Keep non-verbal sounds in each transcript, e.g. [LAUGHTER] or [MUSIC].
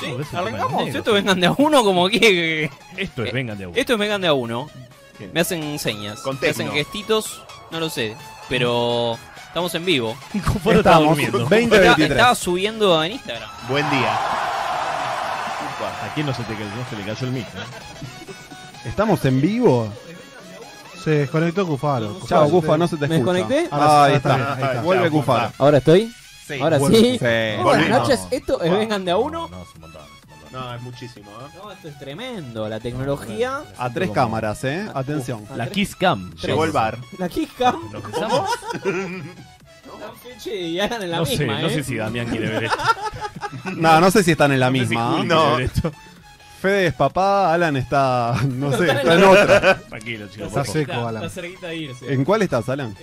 ¿Sí? Joder, ese tema ¿Arrancamos? Oh, es negro. Esto vengan de a uno como que. eh, Esto es, vengan de a uno. Esto es vengan de a uno. Bien. Me hacen señas. Con me tecno. hacen gestitos. No lo sé. Pero estamos en vivo. Conforme estaba Estamos [LAUGHS] [LAUGHS] durmiendo. 20 Estaba, 23. estaba subiendo en Instagram. Buen día. Upa. ¿A quién no se, te, cayó- no se le cayó el micro? eh. Estamos en vivo. Se desconectó Cufaro. Chao, Gufa, no se te ¿Me escucha. desconecté? Ah, ahí está, está. ahí está. Vuelve Chao, Cufaro. ¿Ahora estoy? Sí. ¿Ahora vuelvo. sí? Sí. Buenas Volvimos. noches, esto es Wow. Vengan de a uno. No, es un montón. es un montón. No, es muchísimo, ¿eh? No, esto es tremendo. La tecnología. A tres cámaras, eh. Atención. Ah, La tres- Kiss Cam. Llegó el bar. La Kisscam. ¿Lo pensamos? Dan Feche y hagan en la No sé, misma. no ¿eh? sé si Damián quiere ver [LAUGHS] esto. No, no sé si están en la No sé si misma. Juli ¿eh? No. quiere ver esto. Fede despapada, Alan está, [LAUGHS] no sé, Está en está en otra. Tranquilo, chicos. Está por favor. seco, Alan. Está cerquita de irse. ¿En cuál estás, Alan?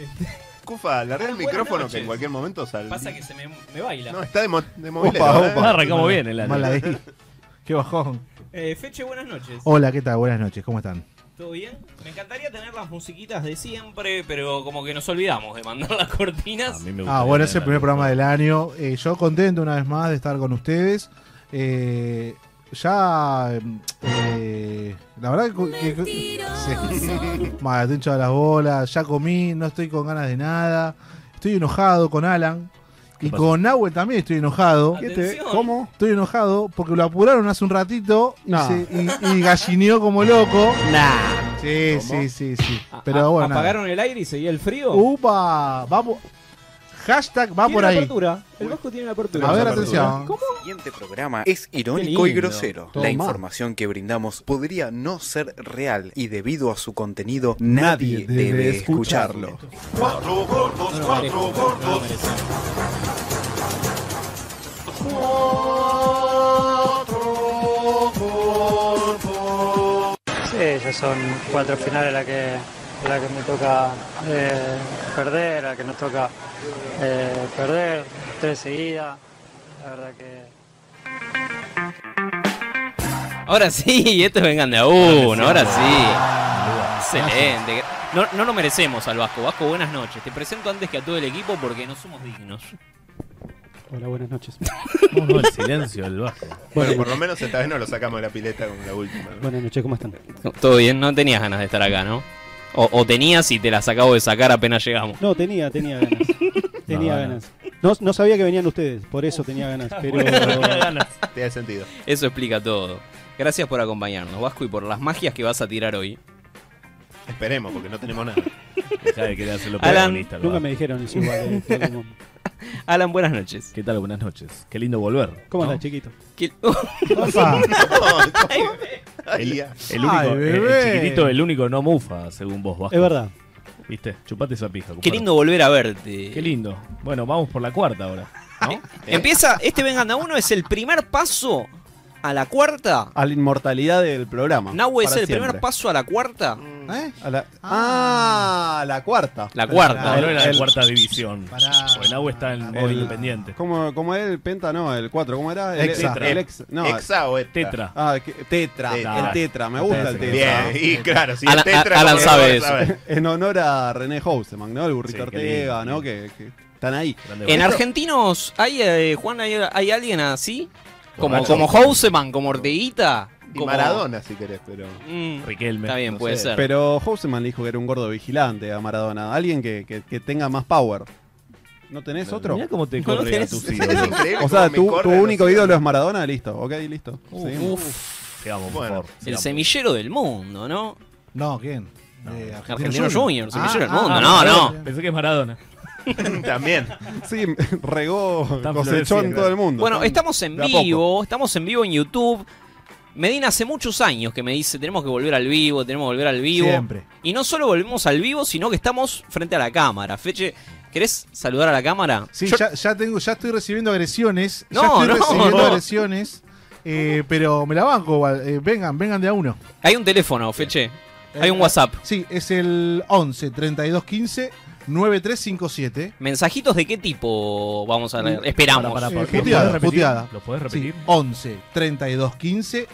Cufa, larga el Buenas micrófono que noches. en cualquier momento sale. Pasa que se me, me baila. No, está de, mo de Opa, movilero, ¿eh? opa. Ah, arrancamos bien el Mala año. ahí. [LAUGHS] Qué bajón. Eh, Feche, buenas noches. Hola, ¿qué tal? Buenas noches, ¿cómo están? Ah, ¿Todo bien? Me encantaría tener las musiquitas de siempre, pero como que nos olvidamos de mandar las cortinas. Ah, bueno, es el primer programa del año. Eh, yo contento una vez más de estar con ustedes. Eh, ya. eh, la verdad que. que- sí. [LAUGHS] Mal, estoy hinchado de las bolas. Ya comí, no estoy con ganas de nada. Estoy enojado con Alan. ¿Qué Y pasó? con Nahuel también estoy Ah, enojado. ¿Qué te, Atención. ¿Cómo? Estoy enojado porque lo apuraron hace un ratito y, No. se- y- y gallineó como loco. Nah. Sí, ¿Cómo? sí, sí, sí. A- a- Pero bueno. nada. Apagaron el aire y seguía el frío. ¡Upa! Vamos. Hashtag va Tiene por una ahí. apertura. El Vasco tiene una apertura. A ver, Una atención. ¿Cómo? El siguiente programa es irónico Qué y lindo. grosero. Toma. La información que brindamos podría no ser real y debido a su contenido nadie, debe, escucharlo. Sí, ya son cuatro finales la que, la que me toca eh, perder, la que nos toca eh, perder, tres seguidas. La verdad que. Ahora sí, [LAUGHS] esto es vengan de a uno, ahora sí. Excelente. No, no lo merecemos al Vasco. Vasco, buenas noches. Te presento antes que a todo el equipo porque no somos dignos. Hola, buenas noches. ¿Cómo no? El silencio del Vasco. [LAUGHS] Bueno, por lo menos esta vez no lo sacamos de la pileta con la última. ¿no? Buenas noches, ¿cómo están? Todo bien, no tenías ganas de estar acá, ¿no? O, o tenías y te las acabo de sacar apenas llegamos. No, tenía, tenía [LAUGHS] ganas. Tenía No, no. ganas. No, no sabía que venían ustedes, por eso tenía ganas. Pero Tiene sentido. Eso explica todo. Gracias por acompañarnos, Vasco, y por las magias que vas a tirar hoy. Esperemos, porque no tenemos nada. Dejá de querer hacerlo Alan, protagonista. el nunca Vasco. me dijeron eso igual. eh, como- Alan, buenas noches. ¿Qué tal? Buenas noches. Qué lindo volver. ¿Cómo ¿no? estás, chiquito? ¿Qué- uh, Opa. Ahí ya. El único, Ay, el- el, bebé. chiquitito, el único no mufa, según vos, Vasco. Es verdad. Viste, chupate esa pija. Qué compadre. lindo volver a verte. Eh, Qué lindo. Bueno, vamos por la cuarta ahora. Ah, ¿no? Empieza, este Vengan a uno es el primer paso a la cuarta. A la inmortalidad del programa. Nahue es Ah, para el siempre. primer paso a la cuarta. ¿Eh? A la- Ah, la cuarta. La cuarta. Ah, no era la el- cuarta división. Pará. O el agua está en modo El- independiente. ¿Cómo, cómo era el penta? No, el 4. ¿Cómo era? El Hexa. El ex. No, Hexa o hepta. Tetra. Ah, que- tetra. Tetra. El tetra. Me gusta el tetra. Bien, y claro, si Alan- es tetra. Alan no lo sabe vas a eso. ver. En honor a René Houseman, ¿no? El burrito Sí, qué Ortega, lindo. ¿no? Que, que están ahí. Grande En Vasco. argentinos, ¿hay, eh, Juan, hay, hay alguien así? Como, Borracho. como Houseman, como Orteguita. Y como- Maradona, si querés, pero. Mm, Riquelme. está bien, no puede sé. ser. Pero Houseman le dijo que era un gordo vigilante a Maradona. Alguien que, que- que tenga más power. ¿No tenés otro? Mirá cómo te No lo corre a tenés. tus [LAUGHS] [LAUGHS] Es ídolos. increíble O sea, cómo me tu, corre tu los único ídolos. ídolo es Maradona, listo. Ok, listo. Uh, Seguimos. Uf, Te amo, por Bueno, favor. Te el amo. semillero del mundo, ¿no? No, ¿quién? Eh, Argentino Junior, Ah, semillero del ah, mundo. ah, No, no. Pensé que es Maradona. [LAUGHS] También. Sí, [LAUGHS] regó, Tan cosechó en floreciendo. todo el mundo. Bueno, estamos en de a poco. vivo, estamos en vivo en YouTube. Medina hace muchos años que me dice, tenemos que volver al vivo, tenemos que volver al vivo. Siempre. Y no solo volvemos al vivo, sino que estamos frente a la cámara. Feche, ¿querés saludar a la cámara? Sí, Yo- ya, ya tengo, ya estoy recibiendo agresiones. No, ya estoy no, recibiendo no. agresiones. eh, pero me la banco igual. Eh, vengan, vengan de a uno. Hay un teléfono, Feche. Hay un WhatsApp. Sí, es el 11 32 15 9357. ¿Mensajitos de qué tipo vamos a leer? Esperamos. Para, para, Eh, para. ¿Lo puteada, podés repetir? puteada. ¿Lo podés Sí, repetir? 11 32 15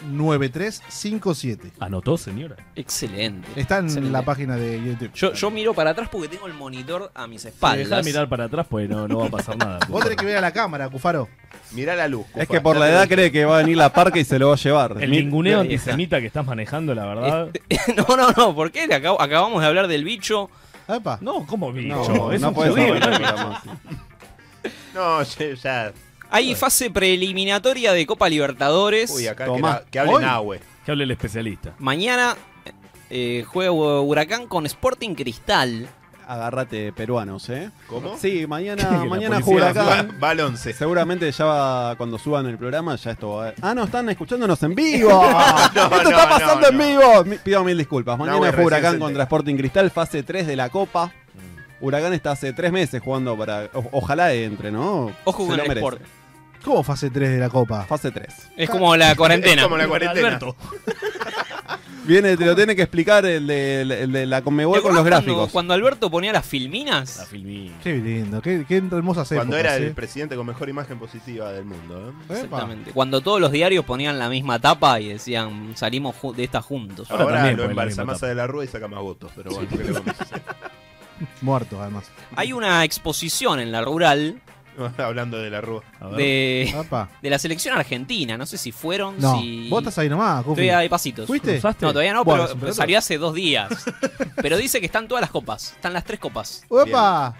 9357. Anotó, señora. Excelente. Está en excelente. la página de YouTube. Yo, yo miro para atrás porque tengo el monitor a mis Dejá de espaldas. mirar para atrás, pues no, no va a pasar nada. [LAUGHS] Vos tenés que ver a la cámara, Cufaro. Mirá la luz. Es Cufa, que por la date edad cuenta. cree que va a venir la parca y se lo va a llevar. El Mi- ninguneo Ahí está. Este- antisemita que estás manejando, la verdad. [LAUGHS] no, no, no, ¿por qué? Acab- acabamos de hablar del bicho. Epa. No, ¿cómo bicho? No, es no un puedes judío, hablar, ¿no? digamos. No, ya- ya. Hay fase preliminatoria de Copa Libertadores. Uy, acá que, Tomá. la- que hable Hoy. Nahue. Que hable el especialista. Mañana eh, juega Huracán con Sporting Cristal. Agárrate peruanos, ¿eh? ¿Cómo? Sí, [LAUGHS] Que mañana, la mañana policía juega Va, acá. va al 11. Seguramente ya va, cuando suban el programa, ya esto va a... Ah, no, están escuchándonos en [LAUGHS] vivo. esto [LAUGHS] no, está no, pasando en no. vivo. Mi- Pido mil disculpas. Mañana güey, fue recién Huracán se contra entera. Sporting Cristal, fase 3 de la Copa. Huracán está hace tres meses jugando para... o- ojalá entre, ¿no? Ojo Se con lo el merece. Sport. ¿Cómo fase 3 de la copa? Fase 3. Es como la [LAUGHS] Es cuarentena. como la cuarentena. Alberto. Viene, te lo tiene que explicar el de, el- el de la ¿Te Conmebol con los acordás cuando- gráficos. Cuando Alberto ponía las filminas. La filmina. Qué lindo, qué, ¿eh? qué hermosa Cuando era el presidente con mejor imagen positiva del mundo. ¿eh? Exactamente. Cuando todos los diarios ponían la misma tapa y decían, salimos ju- de esta juntos. Ahora Ahora, también lo ponen la embalsa misma masa de la Rúa y saca más votos. Pero bueno, ¿qué le vamos a hacer? Muertos, además. Hay una exposición en la rural Hablando de la Rúa. A ver. de, Apa. de la selección argentina. No sé si fueron, No, si... vos estás ahí nomás, Cufi. Estoy a de pasitos. ¿Fuiste? ¿Cruzaste? No, todavía no, Bueno, pero es un pelotudo. salió hace dos días. pero dice que están todas las copas. Están las tres copas. ¡Opa!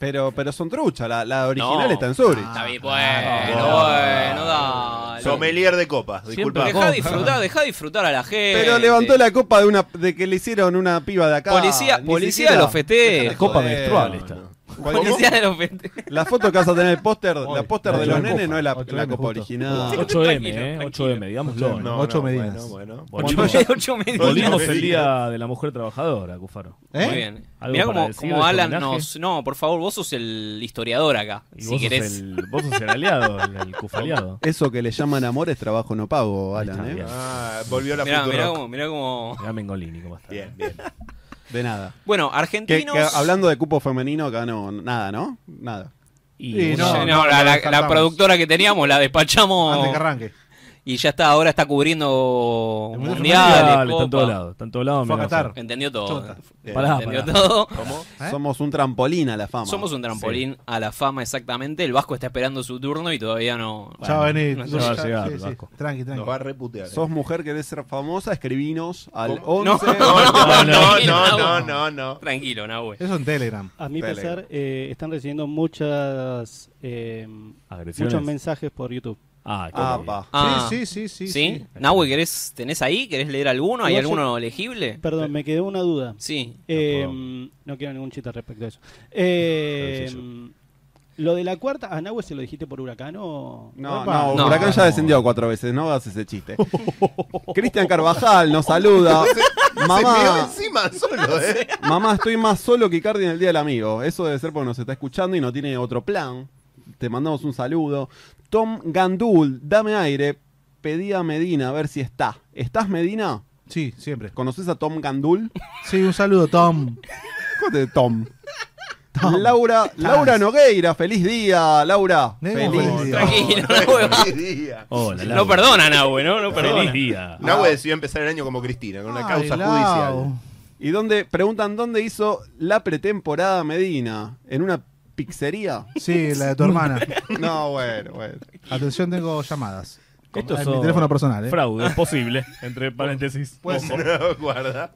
Pero, pero son trucha, la, la original No. está en Zurich. Ah, Está bien, bueno, claro. bueno, dale. Sommelier de copas, Siempre disculpa. Deja disfrutar, deja disfrutar a la gente. Pero levantó la copa de una de que le hicieron una piba de acá. eh. Policía, Ni policía siquiera- de los festejos. Copa Joder, menstrual no, esta. Cualquier- Policía de los festejos. La foto que vas a tener el póster, la póster la de los copa. nenes no es la, Ocho la M, copa justo. original. 8M, Tranquilo, ¿eh? tranquilo. 8M, digámoslo. ¿no? Ocho medidas. Bueno, bueno. Volvimos- Ocho medios. Volvimos Ocho el medidas. día de la mujer trabajadora, Cufaro. ¿Eh? Muy bien. ¿Algo Mirá para como, decir como de Alan homenaje? nos. No, por favor, vos sos el historiador acá. Y Si vos, sos querés. el, vos sos el aliado, el, el cufaleado. Eso que le llaman amor es trabajo no pago, Ahí está, Alan. ¿eh? bien. Ah, volvió la Mirá, Futurock. mirá como, mirá como. Mirá Mengolini, ¿cómo está? Bien, bien. De nada. Bueno, Que- argentinos. que hablando de cupo femenino, acá no, nada, ¿no? Nada. Y, Sí, No, no, no, no, la, la la- la descartamos. productora que teníamos la Antes que despachamos arranque. y ya está, ahora está cubriendo El Mundial mundiales, está en todos copa. lados. Está en todos lados. Fue a menos- Qatar. Entendió todo. Chota. Bien. Pará, Entendió pará. todo. ¿Cómo? ¿Eh? Somos un trampolín a la fama. Somos un trampolín a la fama exactamente. El Vasco está esperando su turno y todavía no. ya va a venir. no se va a llegar, sí, sí. Vasco. Tranqui, Nos tranqui. va a reputear. ¿eh? Sos mujer, querés ser famosa, escribinos al ¿Cómo? 11. [LAUGHS] No, [LAUGHS] no, no, no, no, no, no, no. Tranquilo, Nahue. Eso en Telegram. A mi Telegram. pesar, eh, están recibiendo muchas eh, Agresiones. muchos mensajes por YouTube. Ah, qué Ah, bien. pa. Ah, Sí, sí, sí, sí. ¿Sí? sí. Nahue, ¿querés, ¿tenés ahí? ¿Querés leer alguno? ¿Hay Igual alguno legible? Perdón, me quedó una duda. Sí. Eh, puedo. mm, no quiero ningún chiste respecto a eso. Eh, Lo mm, lo de la cuarta, ¿a Nahue se lo dijiste por huracán o...? No, Opa. no, No. Huracán ya descendió cuatro veces, no hagas ese chiste. Cristian Carvajal nos saluda. Se meó Mamá, encima [LAUGHS] solo, ¿eh? mamá, estoy más solo que Cardi en el Día del Amigo. Eso debe ser porque nos está escuchando y no tiene otro plan. Te mandamos un saludo. Tom Gandul, dame aire. Pedí a Medina a ver si está. ¿Estás Medina? Sí, siempre. ¿Conoces a Tom Gandul? Sí, un saludo, Tom. Joder, Tom. Laura, Laura Nogueira, feliz día, Laura. Nemo, Feliz feliz día. Tranquilo, [LAUGHS] Nahue. Qué día. Hola, Laura. No perdona, Nahue, ¿no? No Feliz perdona. día. Ah. Nahue decidió empezar el año como Cristina, con una causa judicial. Y donde preguntan dónde hizo la pretemporada Medina, en una pizzería. Sí, la de tu hermana. No, bueno, bueno. Atención, tengo llamadas. Estos Ah, son Mi teléfono personal, ¿eh? Fraude, posible, [LAUGHS] entre paréntesis. [LAUGHS] No, guarda.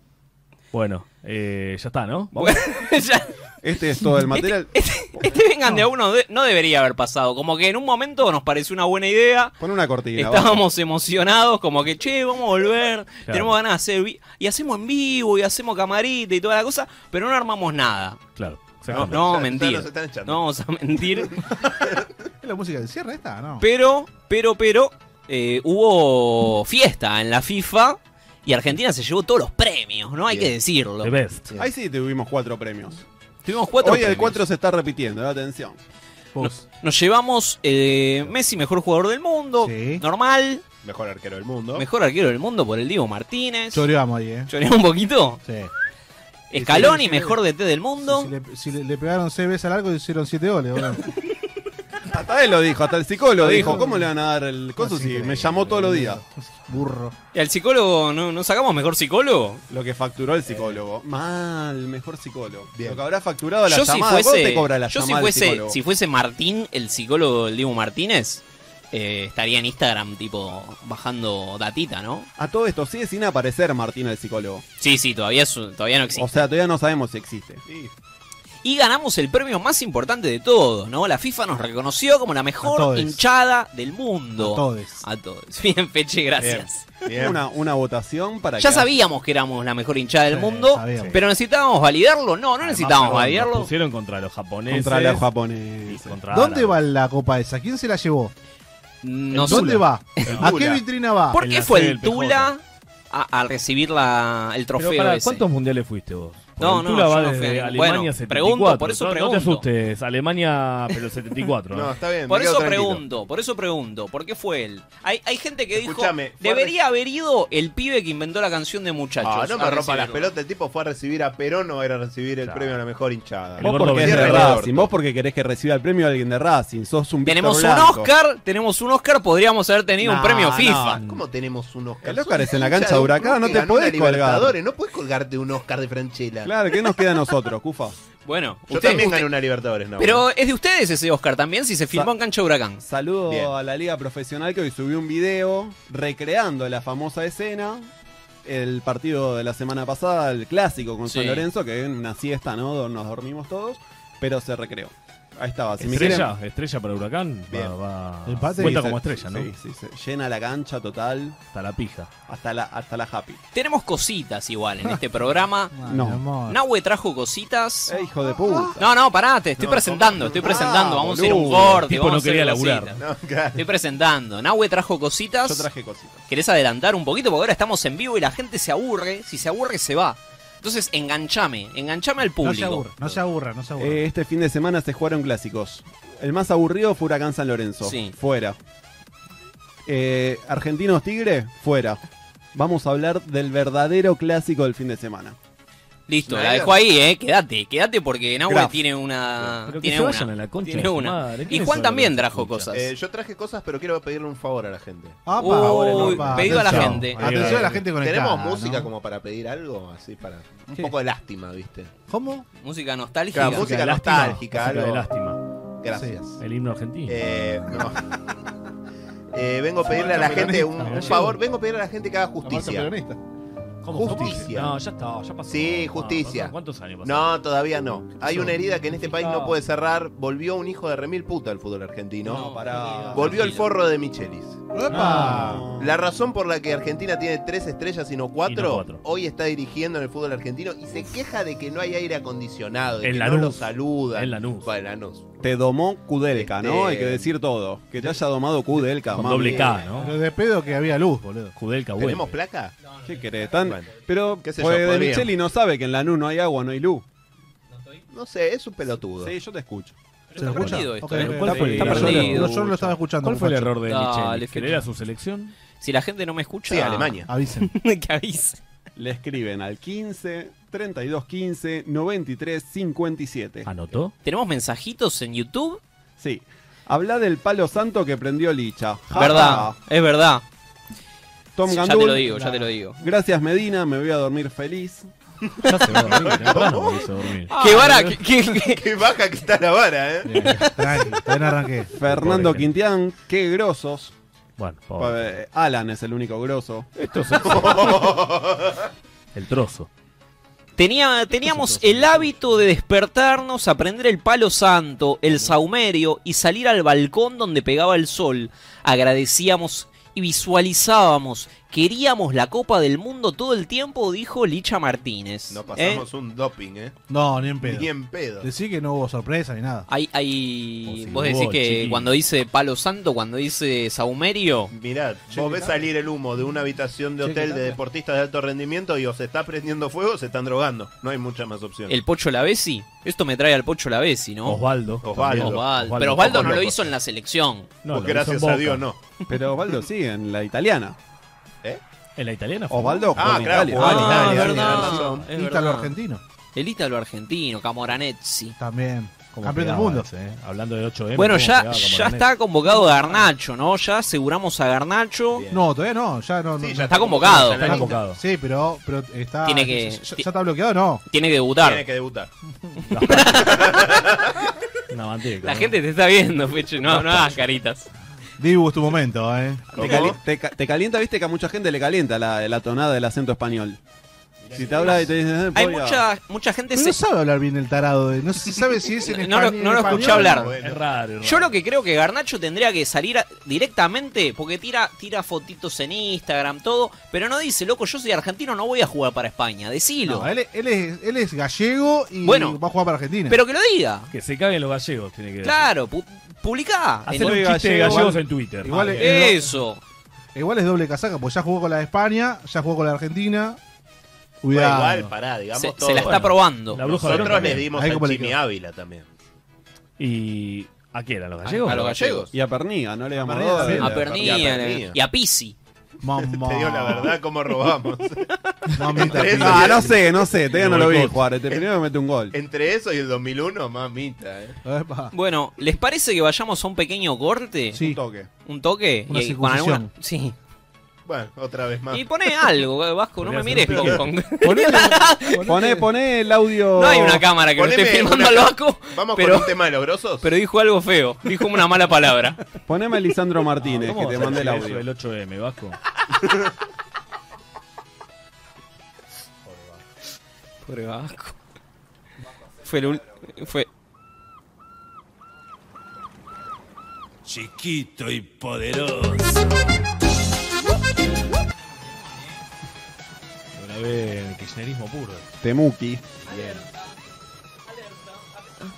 Bueno, eh, ya está, ¿no? Vamos. Bueno, [LAUGHS] ya. Este es todo el material. Este vengan de a uno de- no debería haber pasado. Como que en un momento nos pareció una buena idea. Pon una cortina. vamos. Estábamos emocionados, como que che, vamos a volver. Tenemos ganas de hacer. vi- Y hacemos en vivo y hacemos camarita y toda la cosa, pero no armamos nada. Claro. No, exactamente. no Ya- ya mentir. nos están echando. No vamos a mentir. ¿Es la música del cierre esta? No. Pero, pero, pero, eh, hubo fiesta en la FIFA y Argentina se llevó todos los premios, ¿no? Hay Bien. que decirlo. The best. Ahí sí tuvimos cuatro premios. Tuvimos cuatro. Hoy el premios. 4 se está repitiendo, ¿eh? atención. Vos. Nos llevamos eh, Messi, mejor jugador del mundo. Sí. Normal. Mejor arquero del mundo. Mejor arquero del mundo por el Diego Martínez. Choreamos ahí, ¿eh? Lloré un poquito. Sí. Escalón y mejor DT del mundo. Si le, si le- le pegaron seis veces al arco, hicieron siete goles, boludo. Hasta él lo dijo, hasta el psicólogo Lo dijo. dijo. ¿Cómo le van a dar el coso si me llamó todos los días? Burro. ¿Y al psicólogo no, no sacamos mejor psicólogo? Lo que facturó el psicólogo. Mal, mejor psicólogo. Bien. Lo que habrá facturado la yo si llamada. ¿Cuánto fuese, te cobra la yo si llamada del fuese, psicólogo? si fuese Martín, el psicólogo del Dibu Martínez, eh, estaría en Instagram tipo bajando datita, ¿no? A todo esto sigue sin aparecer Martín el psicólogo. Sí, sí, todavía, es un- todavía no existe. O sea, todavía no sabemos si existe. y ganamos el premio más importante de todos, ¿no? La FIFA nos reconoció como la A mejor todes. hinchada del mundo. A todes. A todos. [LAUGHS] Bien, Peche, gracias. Bien. Una, una votación para Ya que- sabíamos que éramos la mejor hinchada del Sí, mundo, sabíamos. pero necesitábamos validarlo. No, no necesitábamos Además, Ah, perdón, nos validarlo. pusieron contra los japoneses. contra los y japoneses. contra ¿Dónde árabes. va la copa esa? ¿Quién se la llevó? No sé. ¿Dónde va? ¿A Tula. qué vitrina va? ¿Por En qué la fue sede el del Tula a, a recibir la, el Pero trofeo pará, ese? ¿cuántos mundiales fuiste vos? Porque No, el no, Tula yo va no fui desde a ningún- Alemania Bueno, 74. pregunto, por eso no, No te pregunto. asustes, Alemania, pero 74. No, ¿no? está bien. Por me quedo eso tranquilo. pregunto, por eso pregunto, ¿por qué fue él? Hay, hay gente que dijo, Escuchame, fue debería haber ido el pibe que inventó la canción de muchachos. Ah, no me a rompa las recibirlo. pelotas. El tipo fue a recibir a Perón o era a recibir el Claro. premio a la mejor hinchada. El Vos gordo porque es de Benítez. Racing, vos porque querés que reciba el premio alguien de Racing, sos un Víctor Tenemos un Blanco. Oscar, tenemos un Oscar, podríamos haber tenido un No, premio no. FIFA. ¿Cómo tenemos un Oscar? El Oscar Sos es en la hincha cancha de un Huracán, club no que te ganó podés una colgar. Libertadores, no puedes colgarte un Oscar de Franchella. Claro, ¿qué nos queda a nosotros, Cufa? Bueno, Yo usted- también usted- gané una Libertadores, no. pero es de ustedes ese Oscar también, si se filmó Sa- en Cancha de Huracán. Saludo Bien. a la Liga Profesional que hoy subió un video recreando la famosa escena, el partido de la semana pasada, el clásico con San Sí. Lorenzo, que en una siesta, ¿no? Do- Nos dormimos todos, pero se recreó. Ahí estaba. Si me Estrella, estrella para Huracán. Bien. Va, va- Empate. Cuenta Sí, como se- estrella, ¿no? Sí, sí, se llena la cancha total Hasta la pija. hasta la, hasta la happy. Tenemos cositas igual en este programa. No. amor. Nahue trajo cositas. Eh, hijo de puta. No, no, pará, te estoy No, presentando, ¿cómo? estoy Ah, presentando. Vamos a ir a un boludo. corte, Tipo, vamos no a hacer quería laburar. cositas. No, claro. Estoy presentando. Nahue trajo cositas. Yo traje cositas. ¿Querés adelantar un poquito? Porque ahora estamos en vivo y la gente se aburre. Si se aburre, se va. Entonces, enganchame. Enganchame al No se público. aburra, no se aburra, no se aburra. Eh, este fin de semana se jugaron clásicos. El más aburrido fue Huracán San Lorenzo. Sí. Fuera. Eh, Argentinos Tigre, fuera. Vamos a hablar del verdadero clásico del fin de semana. Listo, Me la dejo ahí, ¿eh? Quédate, quédate porque Nahue Graf. tiene una. Pero que tiene se una. vayan a la concha tiene de su una. madre. Y ¿Quiénes Juan son también los trajo hinchas? cosas. Eh, yo traje cosas, pero quiero pedirle un favor a la gente. Apa, Uy, boludo, apa. pedido a la Atención. gente. Atención a la gente conectada. Tenemos música ¿no? como para pedir algo, así para un poco de lástima, ¿viste? ¿Cómo? Música nostálgica. Claro, música de lástima, nostálgica, música de algo. lástima. Gracias. El himno argentino. Eh, Ah. no. Eh, vengo a pedirle a la gente un, un favor, vengo a pedirle a la gente que haga justicia. ¿Cómo justicia. No, ya está, ya pasó. Sí, No, justicia. pasaron- ¿Cuántos años pasaron? No, todavía no. Hay una herida que en este país no Ah. puede cerrar. Volvió un hijo de remil puta al fútbol argentino. No, pará. Volvió el forro de Michelis. ¡Epa! La razón por la que Argentina tiene tres estrellas y no cuatro, Ah. Y no cuatro. hoy está dirigiendo en el fútbol argentino y se queja de que no hay aire acondicionado, de En que Lanús. no lo saludan. En Lanús. Bueno, en Lanús. Te domó Kudelka, ¿no? Este- Hay que decir todo. Que te haya domado Kudelka, Con mami. doble K, ¿no? Pero de pedo que había luz, boludo. Judelka, güey. ¿Tenemos placa? ¿Qué querés? Tan- Bueno. Pero Qué sé pues, yo, de podría. Micheli no sabe que en la NU no hay agua, no hay luz. No sé, es un pelotudo. Sí, yo te escucho. ¿Se está escucha? perdido esto, Ok, ¿eh? ok. ¿Cuál fue el- Yo lo- está perdido, Yo, lo estaba escuchando. ¿Cuál fue el muchacho. error de Dale, Micheli? Fito. ¿Querer a su selección? Si la gente no me escucha. Ah. Sí, Alemania. Avisen. [LAUGHS] que avise. Le escriben al 15 32 15 93 57. ¿Anotó? Tenemos mensajitos en YouTube. Sí. Habla del palo santo que prendió Licha. Ja, Verdad, ja. es verdad. Tom ya Gandul. te lo digo, ya te lo digo. Gracias Medina, me voy a dormir feliz. Ya se va a dormir temprano, me hizo dormir. qué vara, qué- qué- qué- Qué baja que está la vara, ¿eh? Tranqui, todavía no arranqué. Fernando Pobre gente. Quintián, qué grosos. Bueno, pobre. Eh, Alan es el único grosso. Esto es el trozo. Tenía, teníamos el hábito de despertarnos, aprender el palo santo, el saumerio y salir al balcón donde pegaba el sol. Agradecíamos y visualizábamos. Queríamos la Copa del Mundo todo el tiempo, dijo Licha Martínez. No ¿Eh? pasamos un doping, ¿eh? No, ni en pedo. Ni en pedo. Decí que no hubo sorpresa ni nada. Hay, hay- Oh, sí, vos decís vos, que chiquis. cuando dice palo santo, cuando dice saumerio, Mirá, vos ves salir el humo de una habitación de hotel de deportistas de alto rendimiento y o se está prendiendo fuego o se están drogando. No hay mucha más opción. el Pocho Lavesi, esto me trae al Pocho Lavesi, ¿no? Osvaldo. Osvaldo. Osvaldo. Osvaldo. Pero Osvaldo no Osvaldo. lo hizo en la selección. No, Pues lo hizo gracias en Boca. a Dios no. Pero Osvaldo sigue en la italiana. ¿En la italiana? fue? Osvaldo jugó Ah, en claro, Italia. jugó en Ah, Italia, es tenés verdad, razón. es Ítalo verdad. argentino. El ítalo argentino, Camoranesi. También. Cómo Campeón del pegaba mundo. ese, eh. Hablando del 8M. Bueno, ya, cómo pegaba ya Camoranesi. está convocado Garnacho, ¿no? Ya aseguramos a Garnacho. Bien. No, todavía no. Ya no. no- Sí, no- ya Está convocado. en la Está lista. convocado. Sí, pero, pero está. Tiene que- ya, ya está bloqueado, no. Tiene que Tiene debutar. que debutar. Una bandera, La ¿no? gente te está viendo, Feche. No, no hagas caritas. Dibu es tu momento, eh. ¿Cómo? Te, cali- te ca- te calienta, viste que a mucha gente le calienta la, la tonada del acento español. Si te habla y te dicen. eh, Hay polla. mucha, mucha gente. Pero se- no sabe hablar bien el tarado. eh. No se sabe si es en [LAUGHS] No lo- español- no lo en español. escuché hablar. Es raro. es raro. Yo lo que creo que Garnacho tendría que salir a- directamente, porque tira, tira fotitos en Instagram, todo, pero no dice, loco, yo soy argentino, no voy a jugar para España, decilo. No, él, él es, él es gallego y Bueno. va a jugar para Argentina. Pero que lo diga. Que se caguen los gallegos, tiene que decir. Claro, pu- publicá. Hacer un En- chiste de gallego, gallegos igual- en Twitter. igual Ah, es- bien. Eso. Igual es doble casaca, porque ya jugó con la de España, ya jugó con la Argentina. Bueno, Cuidado. igual, pará, digamos Se, todo. se la está Bueno, probando. la bruja Nosotros Verón les también. dimos Ahí a como le Jimmy quedó. Ávila también. ¿Y a qué eran los gallegos? A los gallegos. Y a Perniga, no le digamos Perniga nada. también. A Y a Pernilla Pernilla. y a Pisi. Mamá. [LAUGHS] Te digo la verdad, cómo robamos. [LAUGHS] Mamita Tres pía. a- Ah, no sé, no sé, todavía no lo vi Boicot. jugar. Este primero me mete un gol. Entre eso y el 2001, mamita. eh. Epa. Bueno, ¿les parece que vayamos a un pequeño corte? Sí. Un toque. ¿Un toque? Una y, con circuncisión. alguna- Sí. Bueno, otra vez más. Y pone algo, eh, Vasco, no me Podría mires ser con, un con- Ponele, poné, poné el audio. No hay una cámara que lo esté Poneme filmando una al ca- Vasco, Vamos pero- con un tema de los grosos. pero dijo algo feo. Dijo una mala palabra. Poneme a Lisandro Martínez, ¿Cómo que vas te a mandé el decir audio. eso del 8M, Vasco. Pobre Vasco. Fue el ul- fue Chiquito y poderoso. Una vez en el kirchnerismo puro. Temuki.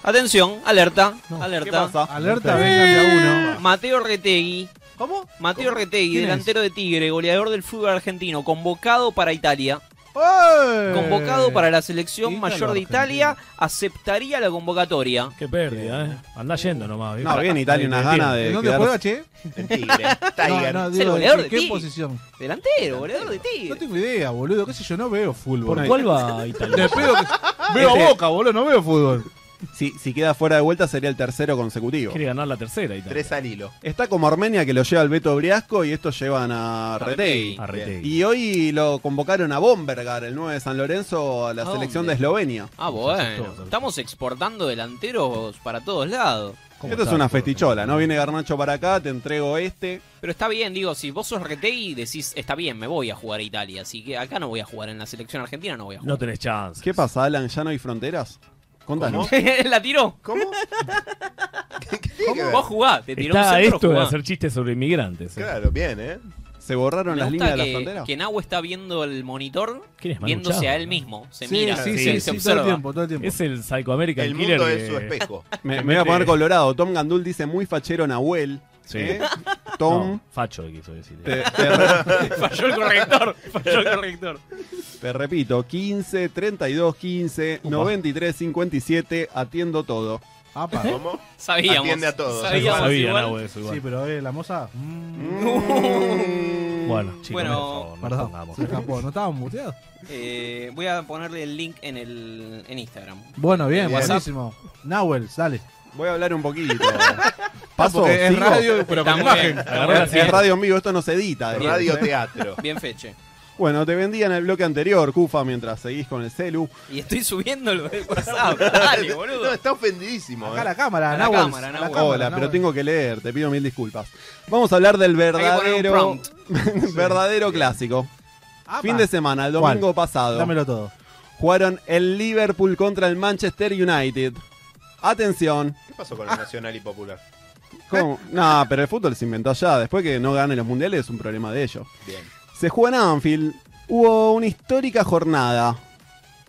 Atención, alerta, ¿Qué alerta. pasa? Alerta, vengan de a uno. Mateo Retegui. ¿Cómo? Mateo Retegui, ¿Quién es? delantero de Tigre, goleador del fútbol argentino, convocado para Italia. ¡Eh! Convocado para la selección Ítalo mayor de argentino. Italia, aceptaría la convocatoria. Qué pérdida, ¿eh? Andá yendo nomás. No, bien Italia, unas ganas ¿En de. dónde quedarse- juega, che? [LAUGHS] En Tigre, Tiger. No, no, Es digo, el goleador ¿en de ¿Qué Tigre. posición? Delantero, goleador de No Tigre. tengo idea, boludo. ¿Qué sé yo? No veo fútbol. Ah, ¿Por cuál va Italia? Te pido que- Veo a Este- boca, boludo. No veo fútbol. [LAUGHS] Si, si queda fuera de vuelta, sería el tercero consecutivo. Quiere ganar la tercera Italia. Tres al hilo. Está como Armenia que lo lleva el Beto Briasco y estos llevan a Retei. Retei. Arretegui. Y hoy lo convocaron a Bombergar, el 9 de San Lorenzo, a la ¿A selección de dónde? Eslovenia. Ah, bueno. Estamos exportando delanteros para todos lados. ¿Cómo Esto es está? una festichola, ¿no? Viene Garnacho para acá, te entrego este. Pero está bien, digo, si vos sos Retegui, decís, está bien, me voy a jugar a Italia. Así que acá no voy a jugar, en la selección argentina no voy a No jugar. tenés chance. ¿Qué pasa, Alan? ¿Ya no hay fronteras? Contanos. [LAUGHS] ¿La tiró? [LAUGHS] ¿Cómo? ¿Qué, qué tiene que ver? Vos jugás, te tiró Está un centro, esto de jugá. hacer chistes sobre inmigrantes. ¿eh? Claro, bien, ¿eh? ¿Se borraron Me las gusta líneas de las que- fronteras? Que Nahue está viendo el monitor, ¿Quién es Manu viéndose Chao? a él mismo. Se sí, mira, sí, se, sí, sí, se todo el observa. tiempo, todo el tiempo. Es el Psycho American El Killer. mundo que- es su espejo. Me, me voy a poner colorado. Tom Gandul dice muy fachero Nahuel. Sí. ¿Eh? Tom, No, facho quiso decir. te, te re- Falló el corrector, falló el corrector. te repito, 15, 32, 15, 93, 57, atiendo todo. Apa. ¿Cómo? Sabíamos. Atiende a todos. Sabíamos Sabía, Sabía igual. [LAUGHS] Uh, no, eso [LAUGHS] igual. Sí, pero eh, la moza. mm, Bueno, chicos, Bueno, por favor, no Perdón, pongamos. se escapó. ¿No estábamos muteados? Eh, voy a ponerle el link en, el, en Instagram. Bueno, bien, Bien. buenísimo. Nahuel, dale. Voy a hablar un poquito. Paso, Porque es sigo. radio, pero con Está imagen. muy bien. Agarró la Es siguiente. radio en vivo, esto no se edita. eh. Radio teatro. Bien feche. Bueno, te vendía en el bloque anterior, Cufa, mientras seguís con el celu. Y estoy subiendo lo del [LAUGHS] WhatsApp. Dale, [LAUGHS] No, boludo. está ofendidísimo. Acá eh. a la cámara, A la Nahuel. cámara, a la Nahuel. Ah, cámara, Hola, pero Nahuel. tengo que leer, te pido mil disculpas. Vamos a hablar del poner un verdadero, [LAUGHS] prompt. verdadero clásico. Apa. Fin de semana, el ¿Cuál? domingo pasado. Dámelo todo. Jugaron el Liverpool contra el Manchester United. Atención. ¿Qué pasó con el Nacional y Popular? ¿Cómo? No, pero el fútbol se inventó allá. Después que no ganen los mundiales es un problema de ellos. Bien. Se juega en Anfield. Hubo una histórica jornada.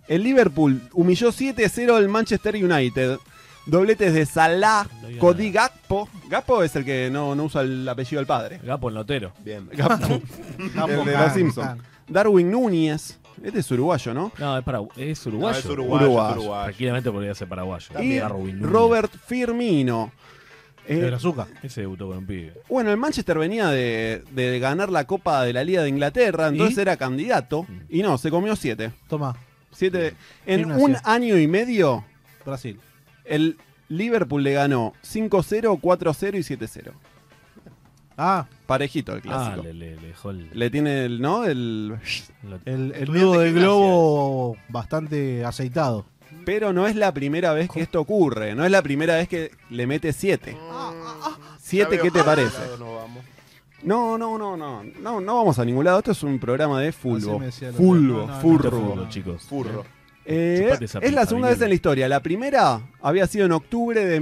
El Liverpool humilló 7-0 al Manchester United. Dobletes de Salah, No diga Cody Gakpo. Gakpo es el que no, no usa el apellido del padre. Gapo el notero. Bien. Gakpo. el de Can, los Simpsons. can. Darwin Núñez. Este es uruguayo, ¿no? No, es, para, es No, uruguayo. es Uruguayo. uruguayo, es uruguayo. Tranquilamente podría ser paraguayo. Y Darwin Núñez. Robert Firmino. Eh, De azúcar. Ese debutó con un pibe. Bueno, el Manchester venía de, de ganar la Copa de la Liga de Inglaterra, entonces ¿Y? era candidato. Y no, se comió siete. Toma. Siete- ¿Quién en nació? un año y medio, Brasil. el Liverpool le ganó 5-0, 4-0 y 7-0. Ah, Parejito el Ah, clásico. le, le, le dejó el- Le tiene el, ¿no? El. lo- el, el Estudiante nudo del gimnasia. globo bastante aceitado. Pero no es la primera vez que esto ocurre. No es la primera vez que le mete 7. Ya 7, veo ¿qué te para qué parece? lado nos vamos. No, no, no, no. No, no vamos a ningún lado. Esto es un programa de Así fulbo. me decía el otro. Fulbo, No, no, no, Esto es furbo. fútbol, chicos. Furro. Eh, Chupate esa es la pija, segunda Miguel. vez en la historia. La primera había sido en octubre de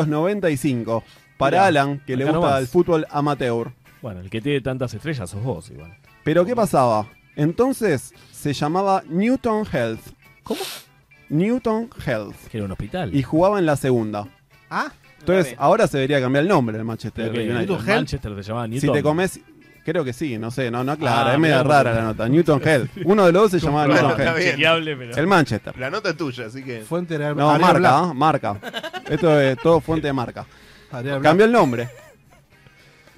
1895. Para Mirá, Alan, que le acá gusta nomás. el fútbol amateur. Bueno, el que tiene tantas estrellas sos vos, igual. Pero ¿qué pasaba? Entonces se llamaba Newton Health. ¿Cómo? Newton Health. Que era un hospital. Y jugaba en la segunda. Ah, Entonces, bien. ahora se debería cambiar el nombre del Creo Manchester que United. en Manchester se llamaba Newton. Si te comes. Creo que sí, no sé, no, no aclara, Ah, es media mirá, rara la mirá. nota. Newton Health. Uno de los dos [LAUGHS] se llamaba Bueno, Newton está Health. bien. Chequeable, pero. El Manchester. La nota es tuya, así que. fuente de No, Ariel marca, Black. ¿ah? marca. Esto es todo fuente de marca. Ariel Black. Cambió el nombre.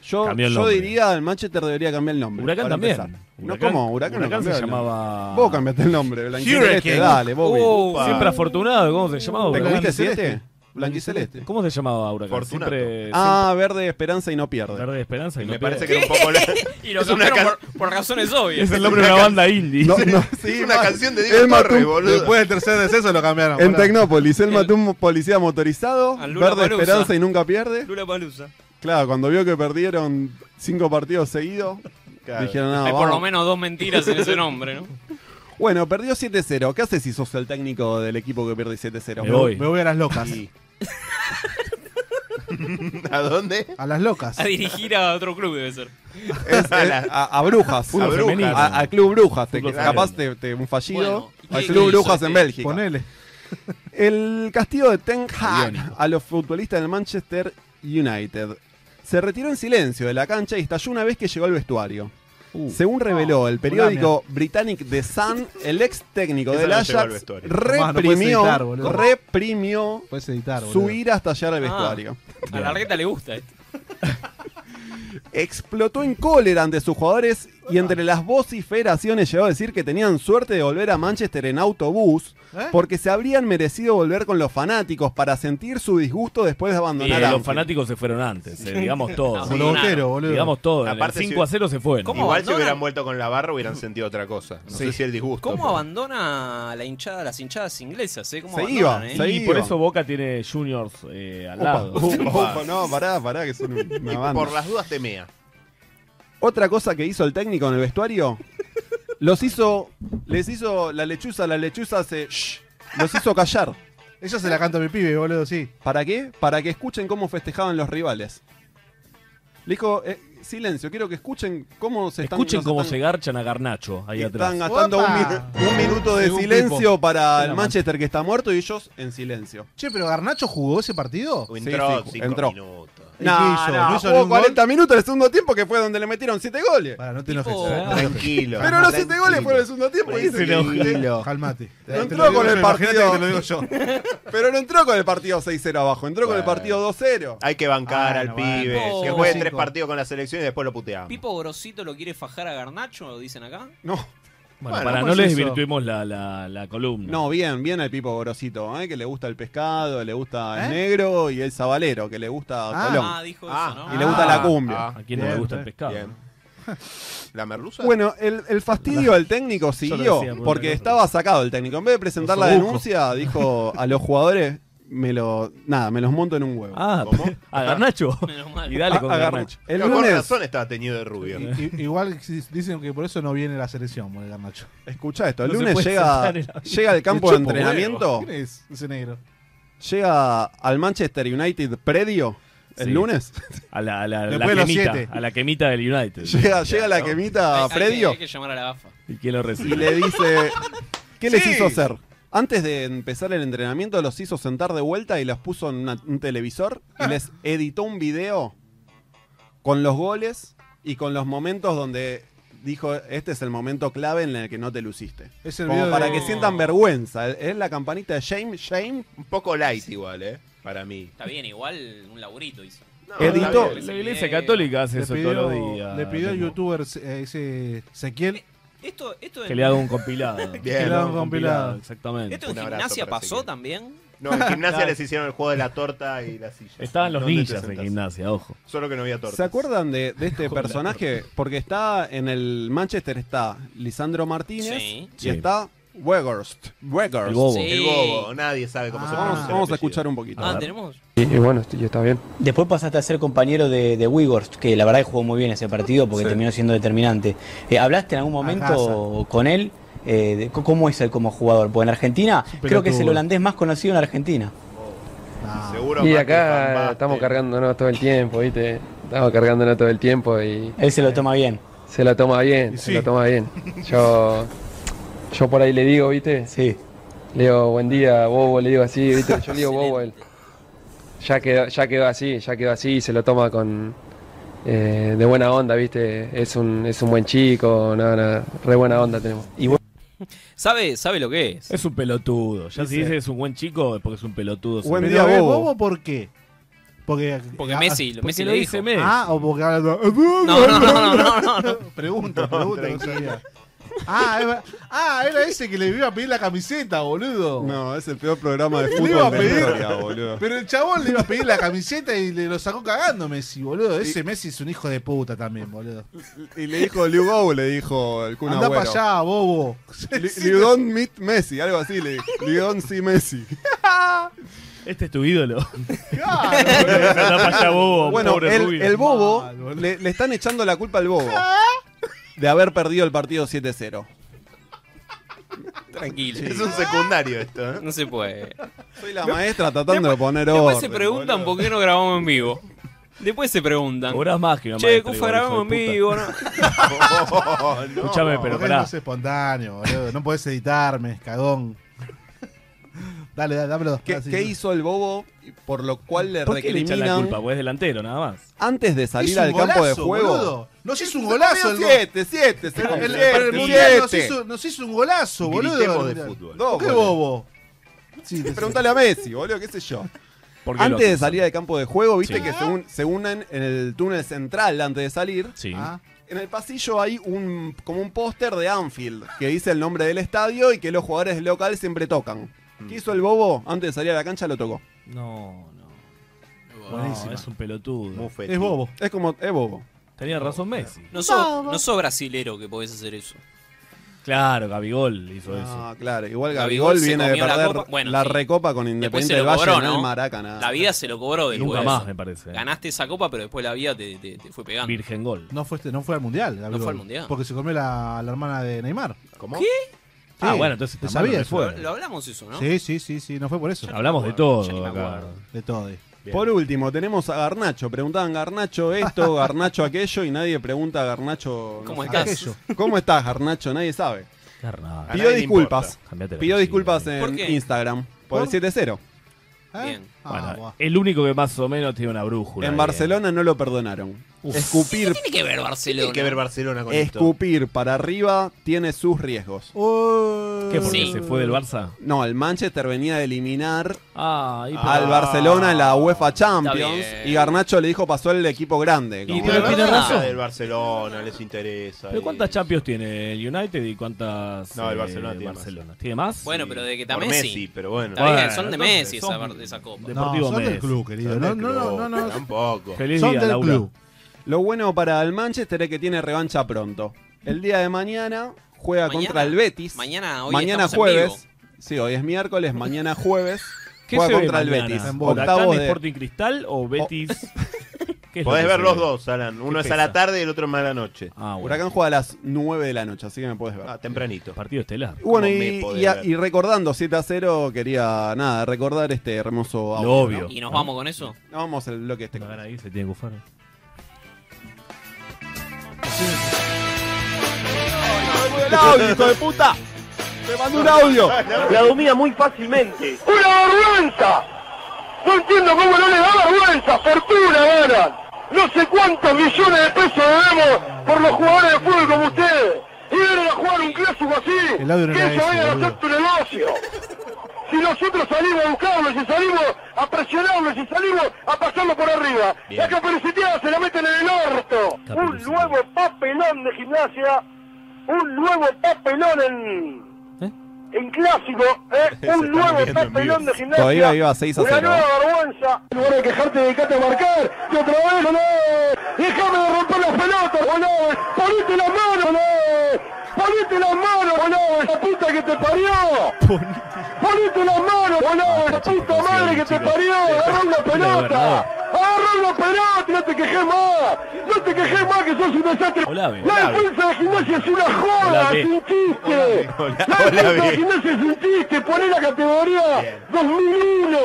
Yo, Cambió el yo nombre. diría, el Manchester debería cambiar el nombre. Huracán para también. empezar. No, ¿cómo? Huracán, no cambió se el nombre. llamaba. Vos cambiaste el nombre, Blanquiceleste, Hurricane. dale, Bobby. Upa. Siempre afortunado, ¿cómo se llamaba? ¿Te Oh, Huracán? comiste siete? Blanquiceleste. ¿Cómo se llamaba Huracán? Fortunato. Siempre. Ah, verde, esperanza y no pierde. siempre Verde de Esperanza. Y Me no parece pierde. que era un poco la- Y lo Es una cambiaron can- por, por razones obvias. Es el nombre de una banda indie. No, [LAUGHS] no, Es una mal. canción de Diego Él mató Torres, un- boludo. Después del tercer deceso lo cambiaron. En boludo. Tecnópolis, él mató un policía motorizado, Al Lula verde Palusa. esperanza y nunca pierde. Lula Palusa. Claro, cuando vio que perdieron cinco partidos seguidos, Claro. dijeron, no, Hay por lo vamos". menos dos mentiras en ese [LAUGHS] nombre, ¿no? Bueno, perdió 7-0. ¿Qué haces si sos el técnico del equipo que pierde 7-0? Me voy. Me voy a las locas. [LAUGHS] ¿A dónde? A las locas. A dirigir a otro club debe ser. Es- es- a, a Brujas. [LAUGHS] Fútbol a, femenino. a- a Club Brujas. te- Fútbol capaz te, femenino. te- un fallido. Bueno, ¿y al qué Club hizo Brujas en este? Bélgica. Ponele. El castigo de Ten Hag a los futbolistas del Manchester United. Se retiró en silencio de la cancha y estalló una vez que llegó al vestuario. Uh. Según reveló Oh, el periódico británico The Sun, el ex técnico Esa del no llegó al Ajax vestuario. Tomás, no puedes reprimió, editar, boludo. reprimió Puedes editar, boludo. su ira hasta llegar al Ah. vestuario. A la reta le gusta esto. Explotó en cólera ante sus jugadores y entre las vociferaciones llegó a decir que tenían suerte de volver a Manchester en autobús ¿Eh? porque se habrían merecido volver con los fanáticos para sentir su disgusto después de Y, abandonar eh, los Anfield. fanáticos se fueron antes, eh, digamos todo. Como los Abandonado. boteros, boludo. digamos todo. En el Aparte, si- 5 a 0 se fueron. ¿Cómo? Igual si abandonan? hubieran vuelto con la barra hubieran sentido otra cosa. No sé si el disgusto. ¿Cómo pero- abandona la hinchada, las hinchadas inglesas? ¿eh? ¿Cómo Se abandonan, iba, eh? Y se por eso Boca tiene Juniors eh, al Upa, lado. [LAUGHS] upa, upa, no, pará, pará, que son [LAUGHS] un- una banda. Por las dudas temea. Otra cosa que hizo el técnico en el vestuario, los hizo, les hizo la lechuza, la lechuza se... shh, los hizo callar. Ella se la canta a mi pibe, boludo, sí. ¿Para qué? Para que escuchen cómo festejaban los rivales. Le dijo, eh, silencio, quiero que escuchen cómo se están... Escuchen nos cómo se están- garchan a Garnacho ahí Están atrás. gastando un, ¡Opa! mi- un minuto de Según silencio Pipo. para el Una Manchester que está muerto y ellos en silencio. Che, pero Garnacho jugó ese partido. O Entró sí, cinco entró. minutos. ¿Y qué hizo? ¿No hizo jugó ningún gol? 40 minutos el segundo tiempo que fue donde le metieron 7 goles. Para, no te enojes. Tipo- no te enojes. Tranquilo. Pero los 7 goles fueron el segundo tiempo. y dice que- Tranquilo. Calmate. No entró Te lo digo con yo, el imagínate partido. que te lo [LAUGHS] digo yo. Pero no entró con el partido 6-0 abajo, entró con el Bueno. partido 2-0. Ah. Hay que bancar al Bueno, bueno. pibe. Tipo- Que juegue tres Cinco. partidos con la selección y después lo puteamos. ¿Pipo Grosito lo quiere fajar a Garnacho, dicen acá? No, Bueno, Bueno, para ¿cómo no es les eso? desvirtuemos la, la, la columna. no, bien, bien el Pipo Gorosito, ¿eh? que le gusta el pescado, le gusta el ¿Eh? negro y el sabalero, que le gusta Ah. Colón. Ah, dijo eso, ¿no? y le gusta Ah, la cumbia. ¿A ah, quién no Bien, le gusta el eh, [LAUGHS] pescado? bien. ¿La merluza? Bueno, el, el [LAUGHS] fastidio del técnico siguió, decía por porque otra cosa. estaba sacado el técnico. En vez de presentar Los la obucos. denuncia, dijo a los jugadores, me lo, nada, me los monto en un huevo. Ah, ¿Cómo? [LAUGHS] a Garnacho. [LAUGHS] Menos mal. Y dale A- con agarró- Garnacho. El No, con lunes, razón estaba teñido de rubio. I- i- Igual dicen que por eso no viene la selección, boludo, Garnacho. escucha esto, el No se lunes puede llega, sentar en la- [LAUGHS] llega al campo de chupo huevo. entrenamiento, ¿Quién es ese negro? llega al Manchester United predio el Sí. lunes. [LAUGHS] A la, a la, a la Después de los quemita. siete. A la quemita del United. Llega, llega la ¿no? quemita Hay- a hay que- Fredio Hay que llamar a la AFA. ¿Y quién lo y recibe? le dice: ¿Qué les Sí. hizo hacer? Antes de empezar el entrenamiento, los hizo sentar de vuelta y los puso en una- un televisor y les editó un video con los goles y con los momentos donde dijo: Este es el momento clave en el que no te luciste. Es el Como video para de- que sientan vergüenza. Es la campanita de shame, shame. Un poco light igual, ¿eh? Para mí. Está bien, igual un laburito hizo. No, Editó. está bien. La iglesia católica hace Le eso pidió, todos los días. le pidió al Memo. youtuber eh, ese Ezequiel Esto, esto, Que en, le haga un compilado. Que le haga un compilado, exactamente. esto en Un abrazo gimnasia para pasó Ezequiel. también. No, en gimnasia les hicieron el juego de la torta y la silla. Estaban los ¿Dónde te ninjas en sentás? gimnasia, ojo. Solo que no había torta. ¿Se acuerdan de, de [LAUGHS] este Hola. personaje? Porque está en el Manchester, está Lisandro Martínez Sí. y Sí. está Weghorst. Weghorst. El bobo. Sí. El bobo, nadie sabe cómo se Vamos, pronuncia. Ah, vamos a escuchar un poquito. Ah, tenemos. Y, y bueno, esto ya está bien. Después pasaste a ser compañero de, de Wigorst, que la verdad que jugó muy bien ese partido porque Sí. terminó siendo determinante. Eh, ¿Hablaste en algún momento con él? Eh, de c- ¿Cómo es él como jugador? Porque en Argentina creo que es el pelotudo. holandés más conocido en Argentina. Seguro Y más que Van acá Basten. estamos cargándonos todo el tiempo, ¿viste? Estamos cargándonos todo el tiempo y Él se lo toma bien. se la toma bien, se sí. la toma bien. Yo, yo por ahí le digo, ¿viste? Sí. Le digo, buen día, Bobo, le digo así, ¿viste? Yo le digo, Bobo, él. Excelente. Ya quedó, ya quedó así, ya quedó así y se lo toma con... eh, de buena onda, ¿viste? Es un, es un buen chico, no, no, re buena onda tenemos. ¿Sabe, sabe lo que es? Es un pelotudo. Ya si Dice- dices es un buen chico, es porque es un pelotudo. Buen seguro. Pero día, ¿es bobo. bobo por qué? Porque, Porque ah, Messi, Porque Messi lo le dijo. dice Messi. Ah, o porque habla- No, no, no, no, [LAUGHS] no, no, no. Pregunta, pregunta, no sabía. Ah, es ver- ah, era ese que le iba a pedir la camiseta, boludo. No, es el peor programa de Le iba fútbol de la a pedir. historia, boludo. Pero el chabón le iba a pedir la camiseta y le lo sacó cagando Messi, boludo. Ese Messi es un hijo de puta también, boludo. Y le dijo Liu Go, le dijo el Kun Anda para Agüero. allá, bobo. Li- Liu Don meet Messi, algo así. Le, Liu Don see Messi. Este es [LAUGHS] tu ídolo. Claro. Anda pa' allá, bobo, Bueno, Oh, pobre el, rubio. el bobo, Mal, boludo. le, le están echando la culpa al bobo de haber perdido el partido 7-0. Tranquilo. Es un secundario esto, ¿eh? No se puede. Soy la maestra tratando de poner Después orden. se preguntan por qué no grabamos en vivo. Después se preguntan. Cobrás más que una Che, maestra, Cufa, igual, hijo grabamos en de puta. vivo. ¿no? Oh, no. Escuchame, pero Porque pará. no es espontáneo, boludo. No podés editarme, cagón. Dale, dale, dámelo. ¿Qué, qué hizo el bobo por lo cual le ¿Por qué le echan la recriminan culpa? Pues es delantero, nada más. antes de salir al campo de juego? No se hizo un golazo el gol. 7, 7, se Pero comió. el- pero el Siete, mundial nos siete. hizo, nos hizo un golazo, boludo. Gritemos el de Mundial. fútbol. Dos ¿Qué goles. bobo? Sí, sí. Pregúntale a Messi, boludo, qué sé yo. ¿Por qué lo Antes de acusan? salir al campo de juego, viste Sí. que se, un- se unen en el túnel central antes de salir. Sí. Ah, En el pasillo hay un como un póster de Anfield que dice el nombre del estadio y que los jugadores locales siempre tocan. Mm. ¿Qué hizo el bobo? Antes de salir a la cancha lo tocó. No, no. No, Buenísima. es un pelotudo. Mufeti. es bobo. Es como, es bobo. Tenía razón Messi. No sos, no sos brasilero que podés hacer eso. Claro, Gabigol hizo eso. Ah, claro. Igual Gabigol Gabigol, se viene de comió la perder la, copa. Bueno, sí. recopa con Independiente se del lo Valle cobró, en el ¿no? Maracaná. La vida se lo cobró después. Nunca más, eh. me parece. Ganaste esa copa, pero después la vida te, te- te fue pegando. Virgen Gol. No fue, este- no fue al mundial. Gabigol. fue al Mundial. Porque se comió la, la hermana de Neymar. ¿Cómo? Ah, Sí, bueno, entonces ¿te está mal, sabías? no fue. Lo hablamos eso, ¿no? Sí, sí, sí, sí. No fue por eso. Hablamos de todo acá. De todo. eh. Por último, tenemos a Garnacho. Preguntaban Garnacho [LAUGHS] esto, Garnacho aquello y nadie pregunta a Garnacho. no ¿Cómo sé. estás? Aquello. ¿Cómo estás, Garnacho? Nadie sabe. A Carnal. nadie Pidió le disculpas. Cambiate la Pidió música, disculpas eh. ¿Por en qué? Instagram por el ¿Por? 7-0. ¿Eh? Bien. Ah, Bueno, buah. el único que más o menos tiene una brújula. En ahí, ¿eh? Barcelona no lo perdonaron. ¿Qué Escupir tiene que ver Barcelona? Tiene que ver Barcelona con esto. Escupir para arriba tiene sus riesgos. eh. ¿Qué? ¿Porque Sí. se fue del Barça? No, el Manchester venía de eliminar Ah, y al Barcelona en la UEFA Champions bien. y Garnacho le dijo pasó el equipo grande. como- Y pero tiene nada razón. del Barcelona les interesa. ¿Pero y- cuántas Champions tiene el United y cuántas No, el eh, Barcelona tiene más. Barcelona? ¿Tiene más? Bueno, pero de que está Por Messi. pero bueno. Está bien, Bueno, son de entonces Messi esa, son- esa copa. de- No, Deportivo son del Messi. club, querido. Son No, del no, club, no, no, no. Tampoco. Feliz Son día, del Laura. club. Lo bueno para el Manchester es que tiene revancha pronto. El día de mañana juega Mañana. contra el Betis. Mañana, hoy Mañana estamos en jueves. vivo. Sí, hoy es miércoles, mañana jueves. ¿Qué juega se ve contra el mañana? Betis. ¿Huracán Octavos de Sporting Cristal o Betis? ¿Qué es lo Podés que ver se los ve? dos, Alan. Uno es a la pesa? tarde y el otro más a la noche. Ah, bueno. Huracán juega a las 9 de la noche, así que me puedes ver. Ah, tempranito. Partido estelar. Bueno, ¿Cómo me y, podés y a- ver? y recordando 7 a 0, quería nada, recordar este hermoso audio. Lo obvio. ¿Y nos vamos con eso? No, Vamos al bloque este. Tengo ganas de ir, se tiene que bufar. ¡El audio, hijo [LAUGHS] de puta! ¡Me mandó un audio! La domina muy fácilmente. ¡Una vergüenza! No entiendo cómo no le da vergüenza, fortuna ganan. No sé cuántos millones de pesos debemos por los jugadores de fútbol como ustedes. Y vienen a jugar un clásico así, El audio no era que ese, se vayan a boludo. hacer tu negocio. Si nosotros salimos a buscarlos y salimos a presionarlos y salimos a pasarlos por arriba, Bien. la caperuciteada se la meten en el orto. Un Caperucita. nuevo papelón de gimnasia un nuevo papelón en. En clásico, ¿eh? ¿Eh? [LAUGHS] Se un están nuevo viendo en papelón vivo. de gimnasia. Todavía iba 6 a Una 0, nueva vergüenza. En lugar de quejarte, dedicate a marcar. Y otra vez, no. Déjame de romper las pelotas, boludo. Ponete las manos, boludo. Ponete las manos, boludo. La puta que te parió. Ponete las manos, boludo. La puta madre que te parió. Agarrá una pelota. Agarrá una pelota. No te quejes más. No te quejes más que sos un desastre. Hola, ve. La defensa de gimnasia es una joda. Hola, ve. Es un chiste. Hola, La hola, defensa de ve. gimnasia es un chiste. Poné la categoría 2001.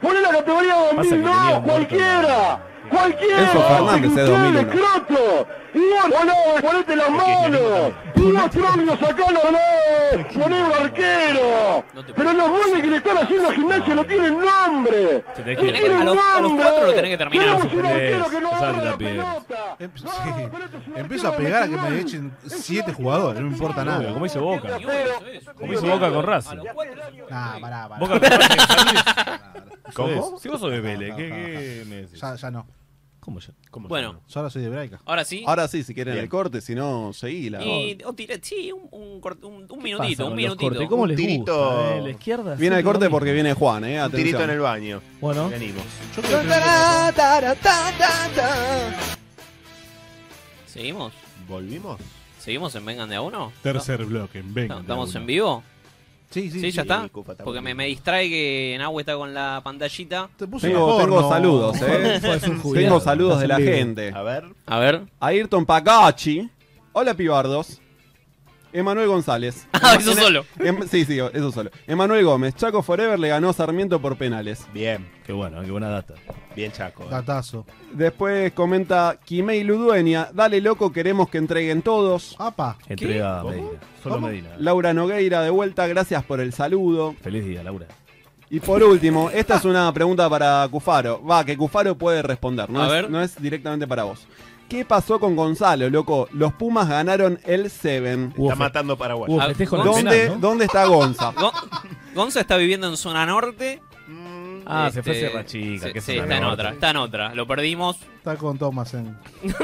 Poné la categoría Pasa que tenía 2002. un Cualquiera. Cualquiera. Enzo Fernández es 2001. Croto. Y vos, boludo, ponete las manos. Y vos, Tromio, sacalo, boludo. Poné un arquero. Pero los goles que le están haciendo a gimnasia no tienen nombre. Se No te quiere. tienen A los- a los nombre. cuatro lo tenés que terminar. Queremos un Suspendés. arquero que no Usá agarre la la pierna. pelota. Em, este Empiezo a pegar a que me echen siete jugadores, no me importa nada. Como hizo Boca. Como hizo Boca con Racing. Nah, pará, pará. Boca con Racing. ¿sabes? ¿Cómo? Si vos sos de Vélez, No, ¿qué, no, qué me decís? Ya, ya no. ¿Cómo ya? ¿Cómo Bueno. Yo ahora soy de Braica. Ahora sí. Ahora sí, si quieren Bien. el corte, si Ah, no, seguí la. Y, o tira- sí, un, un cort- un- un minutito, con un los minutito. cortes? ¿Cómo les tirito. gusta, eh? La izquierda. Viene el corte porque viene Juan, eh. Un Atención. tirito en el baño. Bueno. Venimos. ¿Seguimos? ¿Volvimos? ¿Seguimos en Vengan de a uno? Tercer bloque, venga. ¿No- ¿Estamos en vivo? Sí, sí, sí. ya sí. está. Sí, Cupa, está Porque bueno. me, me distrae que Nahue está con la pantallita. Tengo, tengo saludos, eh. tengo saludos de la gente. A ver. A ver. Ayrton Pagachi. Hola, pibardos. Emanuel González. [LAUGHS] Ah, eso solo. Em- sí, sí, eso solo. Emanuel Gómez. Chaco Forever le ganó a Sarmiento por penales. Bien. Qué bueno, qué buena data. Bien, Chaco. Datazo. Después comenta Kimei Ludueña. Dale, loco, queremos que entreguen todos. Apa. Entrega Medina. Solo ¿Cómo? Medina. Laura Nogueira, de vuelta, gracias por el saludo. Feliz día, Laura. Y por último, esta es una pregunta para Cufaro. Va, que Cufaro puede responder, no, A es, ver. no es directamente para vos. ¿Qué pasó con Gonzalo, loco? Los Pumas ganaron el 7. Está matando Paraguay. hubo festejo en el ¿Dónde, penal, ¿no? ¿Dónde está Gonza? Gonza está viviendo en zona norte. Ah, se fue Este, a Sierra Chica. se- que sí, es una está en norte. otra, está en otra. Lo perdimos. Está con Thomas en. No,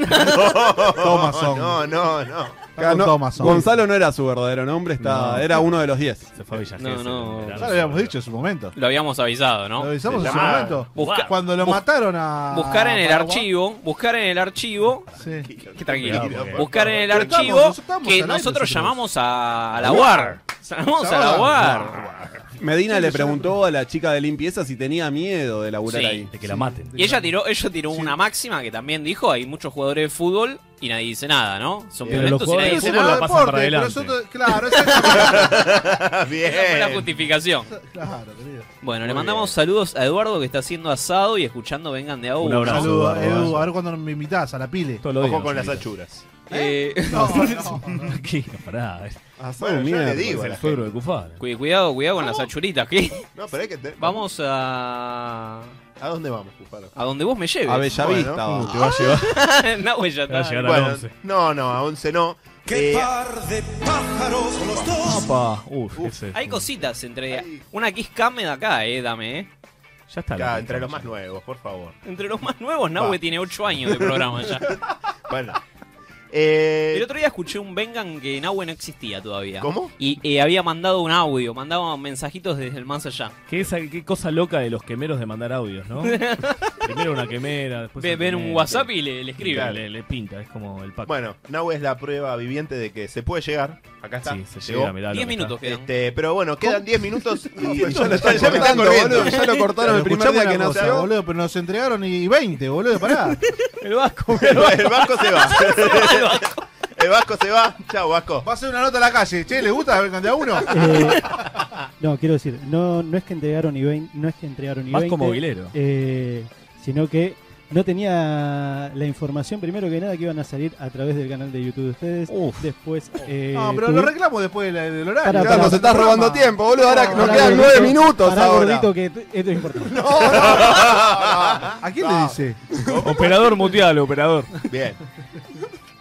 Thomason. no, no, no. Está con Ganó- Thomason. Gonzalo no era su verdadero nombre, está, No. era uno de los 10. Se fue a Villa No, Gesell, no. era Ya lo la- habíamos dicho en su momento. Lo habíamos avisado, ¿no? Lo avisamos Se en su llama- momento. Busca- Cuando lo bus- mataron a. Buscar en el Paraguay. archivo, buscar en el archivo, Sí. que tranquilo, Cuidado, porque- buscar en el Pero estamos- archivo estamos al que aire nosotros nosotros. llamamos a, a la UAR. Llamamos a la UAR. Medina le preguntó a la chica de limpieza si tenía miedo de laburar Sí. ahí. De que la maten. Y ella tiró, ella tiró una máxima que también dijo, hay muchos jugadores de fútbol y nadie dice nada, ¿no? Son Pero violentos los y nadie jugadores dice de fútbol nada. la pasan para pero adelante. nosotros- claro, exactamente. Esa fue la Bien. justificación. [LAUGHS] claro, querido. Bueno, le mandamos saludos a Eduardo que está haciendo asado y escuchando Vengan de a Un uno. abrazo. Saludos, Eduardo. Edu. A ver cuando me invitás a la pile. Todos los días Ojo con nos las invitan. achuras. Eh, No, [LAUGHS] no, no. [LAUGHS] Tranquilo, pará. Es Asado Bueno, yo mierda. le digo a el la suegro gente. de Cufar. cu- cuidado, cuidado con las achuritas, que No, pero hay que tener- vamos a ¿A dónde vamos, Cufaro? a donde vos me lleves. A Bellavista. Bueno. va. Te va a llevar, [LAUGHS] no, güey, ya te va a está. llegar a Bueno, las 11. no, no, a 11 no. Eh, Apa. Uf, ese. Hay cositas entre. Ahí. Una Kiss Cam de acá, eh, dame, eh. Ya está. acá, la- entre los más nuevos, por favor. Entre los más nuevos, Nahue tiene 8 años de programa [LAUGHS] ya. Bueno. Eh, El otro día escuché un Vengan que Nahue no existía todavía. ¿Cómo? Y eh, había mandado un audio, mandaba mensajitos desde el más allá. ¿Qué, esa- qué cosa loca de los quemeros de mandar audios, [LAUGHS] ¿no? Primero una quemera, después. Ve- otra Ven un quemera. WhatsApp y le, le Claro, escriben. Le, le pinta, es como el pack. Bueno, Nahue es la prueba viviente de que se puede llegar. Acá está. sí, se llegó. llega, mirá. lo 10 que minutos está. quedan. Este, pero bueno, quedan 10 minutos [LAUGHS] y Ya lo están ya me están cortando, corriendo. boludo, Ya lo cortaron el Pero primer escuchame día una que cosa, nació. boludo, pero nos entregaron y 20, boludo, pará. El Vasco. [LAUGHS] El Vasco se va. El Vasco se va. Chao, Vasco. Va a hacer una nota a la calle. Che, ¿le gusta? Vengan de a uno. Eh, no, quiero decir, no, no es que entregaron y vein- no es que entregaron y Vas 20, como Aguilero. eh, sino que no tenía la información primero que nada que iban a salir a través del canal de YouTube de ustedes. Uf. Después eh, No, pero lo tuvieron- reclamo después de la- del horario. Pará, Ya Ya pará, nos está estás robando [LAUGHS] tiempo, boludo. Ahora nos Pará, quedan gordito, nueve minutos pará, ahora. gordito, que t- esto es importante. ¿A quién le dice? operador mutealo, operador. Bien,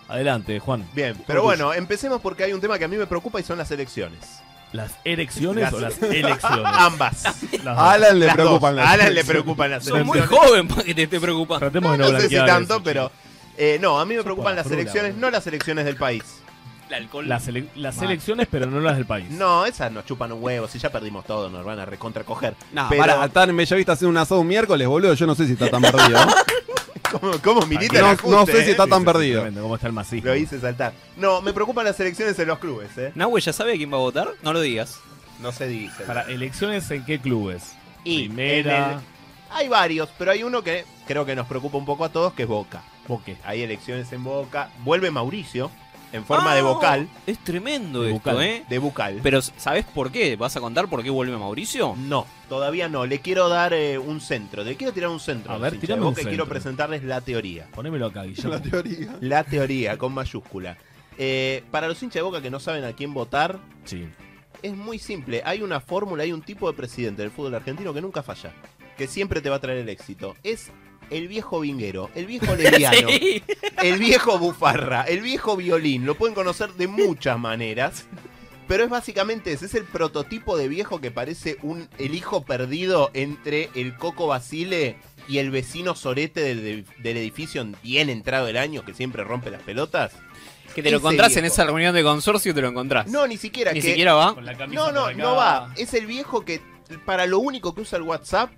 Adelante, Juan. bien. Pero bueno, empecemos porque hay un tema que a mí me preocupa y son las elecciones. ¿Las erecciones Las- o las elecciones? [LAUGHS] Ambas. Las A Alan [LAUGHS] le Las dos. preocupan las A Alan le elecciones. preocupan las Sos muy elecciones. joven para que te esté [LAUGHS] preocupando. Tratemos de no No sé si blanquear tanto, eso, pero. eh, no, a mí me por preocupan la las frula, elecciones, boludo. no las elecciones del país. alcohol. Las, ele- las elecciones, pero no las del país. No, esas nos chupan un huevo. Si ya perdimos todo, nos van a recontracoger. No, Pero- para, estar en Bellavista haciendo un asado un miércoles, boludo. Yo no sé si [LAUGHS] está tan perdido. ¿Cómo, cómo milita No- el ajuste, no sé si eh? está tan perdido. ¿Cómo está el masismo? Lo hice saltar. No, me preocupan las elecciones en los clubes, ¿eh? Nahue, ¿ya sabe a quién va a votar? No lo digas. No se dice. Para elecciones en qué clubes? Y en Primera. el- Hay varios, pero hay uno que creo que nos preocupa un poco a todos, que es Boca. Boque. Hay elecciones en Boca. Vuelve Mauricio, en forma Ah, de vocal. Ah, Es tremendo De esto, bucal, ¿eh? De bucal. Pero ¿sabes por qué? ¿Vas a contar por qué vuelve Mauricio? No, todavía no. Le quiero dar eh, un centro. Le quiero tirar un centro. A los ver, hinchas de tirame un Boca y centro. quiero presentarles la teoría. Ponémelo acá, Guillermo. teoría. La teoría, con mayúscula. Eh, para los hinchas de Boca que no saben a quién votar, Sí. es muy simple. Hay una fórmula, hay un tipo de presidente del fútbol argentino que nunca falla. Que siempre te va a traer el éxito. Es el viejo vinguero, [LAUGHS] el viejo [LAUGHS] lesbiano, Sí. el viejo bufarra, el viejo violín. Lo pueden conocer de muchas maneras. Pero es básicamente ese, es el prototipo de viejo que parece un el hijo perdido entre el Coco Basile y el vecino sorete del, del edificio en- bien entrado el año que siempre rompe las pelotas. Que te lo Ese encontrás en viejo. esa reunión de consorcio y te lo encontrás. No, ni siquiera. Ni que- siquiera va. Con la No, camisa no, por acá. no va. Es el viejo que para lo único que usa el WhatsApp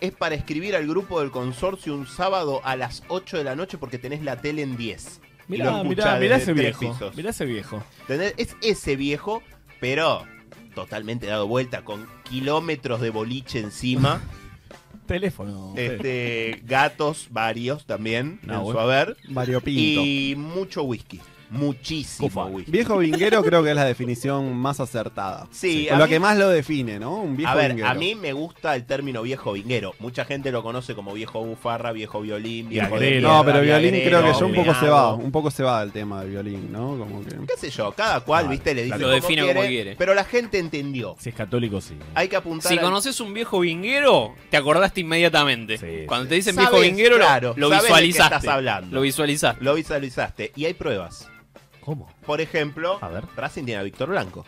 es para escribir al grupo del consorcio un sábado a las 8 de la noche porque tenés la tele en 10. Y lo Mirá, escuchás mirá, mirá desde ese tres viejo. pisos. Mirá ese viejo. ¿Entendés? Es ese viejo, pero totalmente dado vuelta, con kilómetros de [LAUGHS] boliche encima. Teléfono. este, gatos varios también Ah, No, en su bueno. haber. Mario Pinto. Y mucho whisky. Muchísimo Ufa. whisky. Viejo vinguero creo que es la definición más acertada. Sí, O a lo mí- que más lo define, ¿no? Un viejo a ver, vinguero. a mí me gusta el término viejo vinguero. Mucha gente lo conoce como viejo bufarra, viejo violín, viejo de Viagrero. mierda, No, pero violín viagrero, creo que yo un poco se va, meado. un poco se va del tema del violín, ¿no? Como que... Qué sé yo, cada cual, Ah, viste, le dice lo como define quiere, como quiere. Pero la gente entendió. Si es católico, sí. Hay que apuntar Si al- conoces un viejo vinguero, te acordaste inmediatamente. Sí, Cuando te dicen Sabes, viejo vinguero, lo- claro, lo, sabes de qué visualizaste. estás hablando. Lo visualizaste. Lo visualizaste. Y hay pruebas. ¿Cómo? Por ejemplo, A ver. Racing tiene a Víctor Blanco.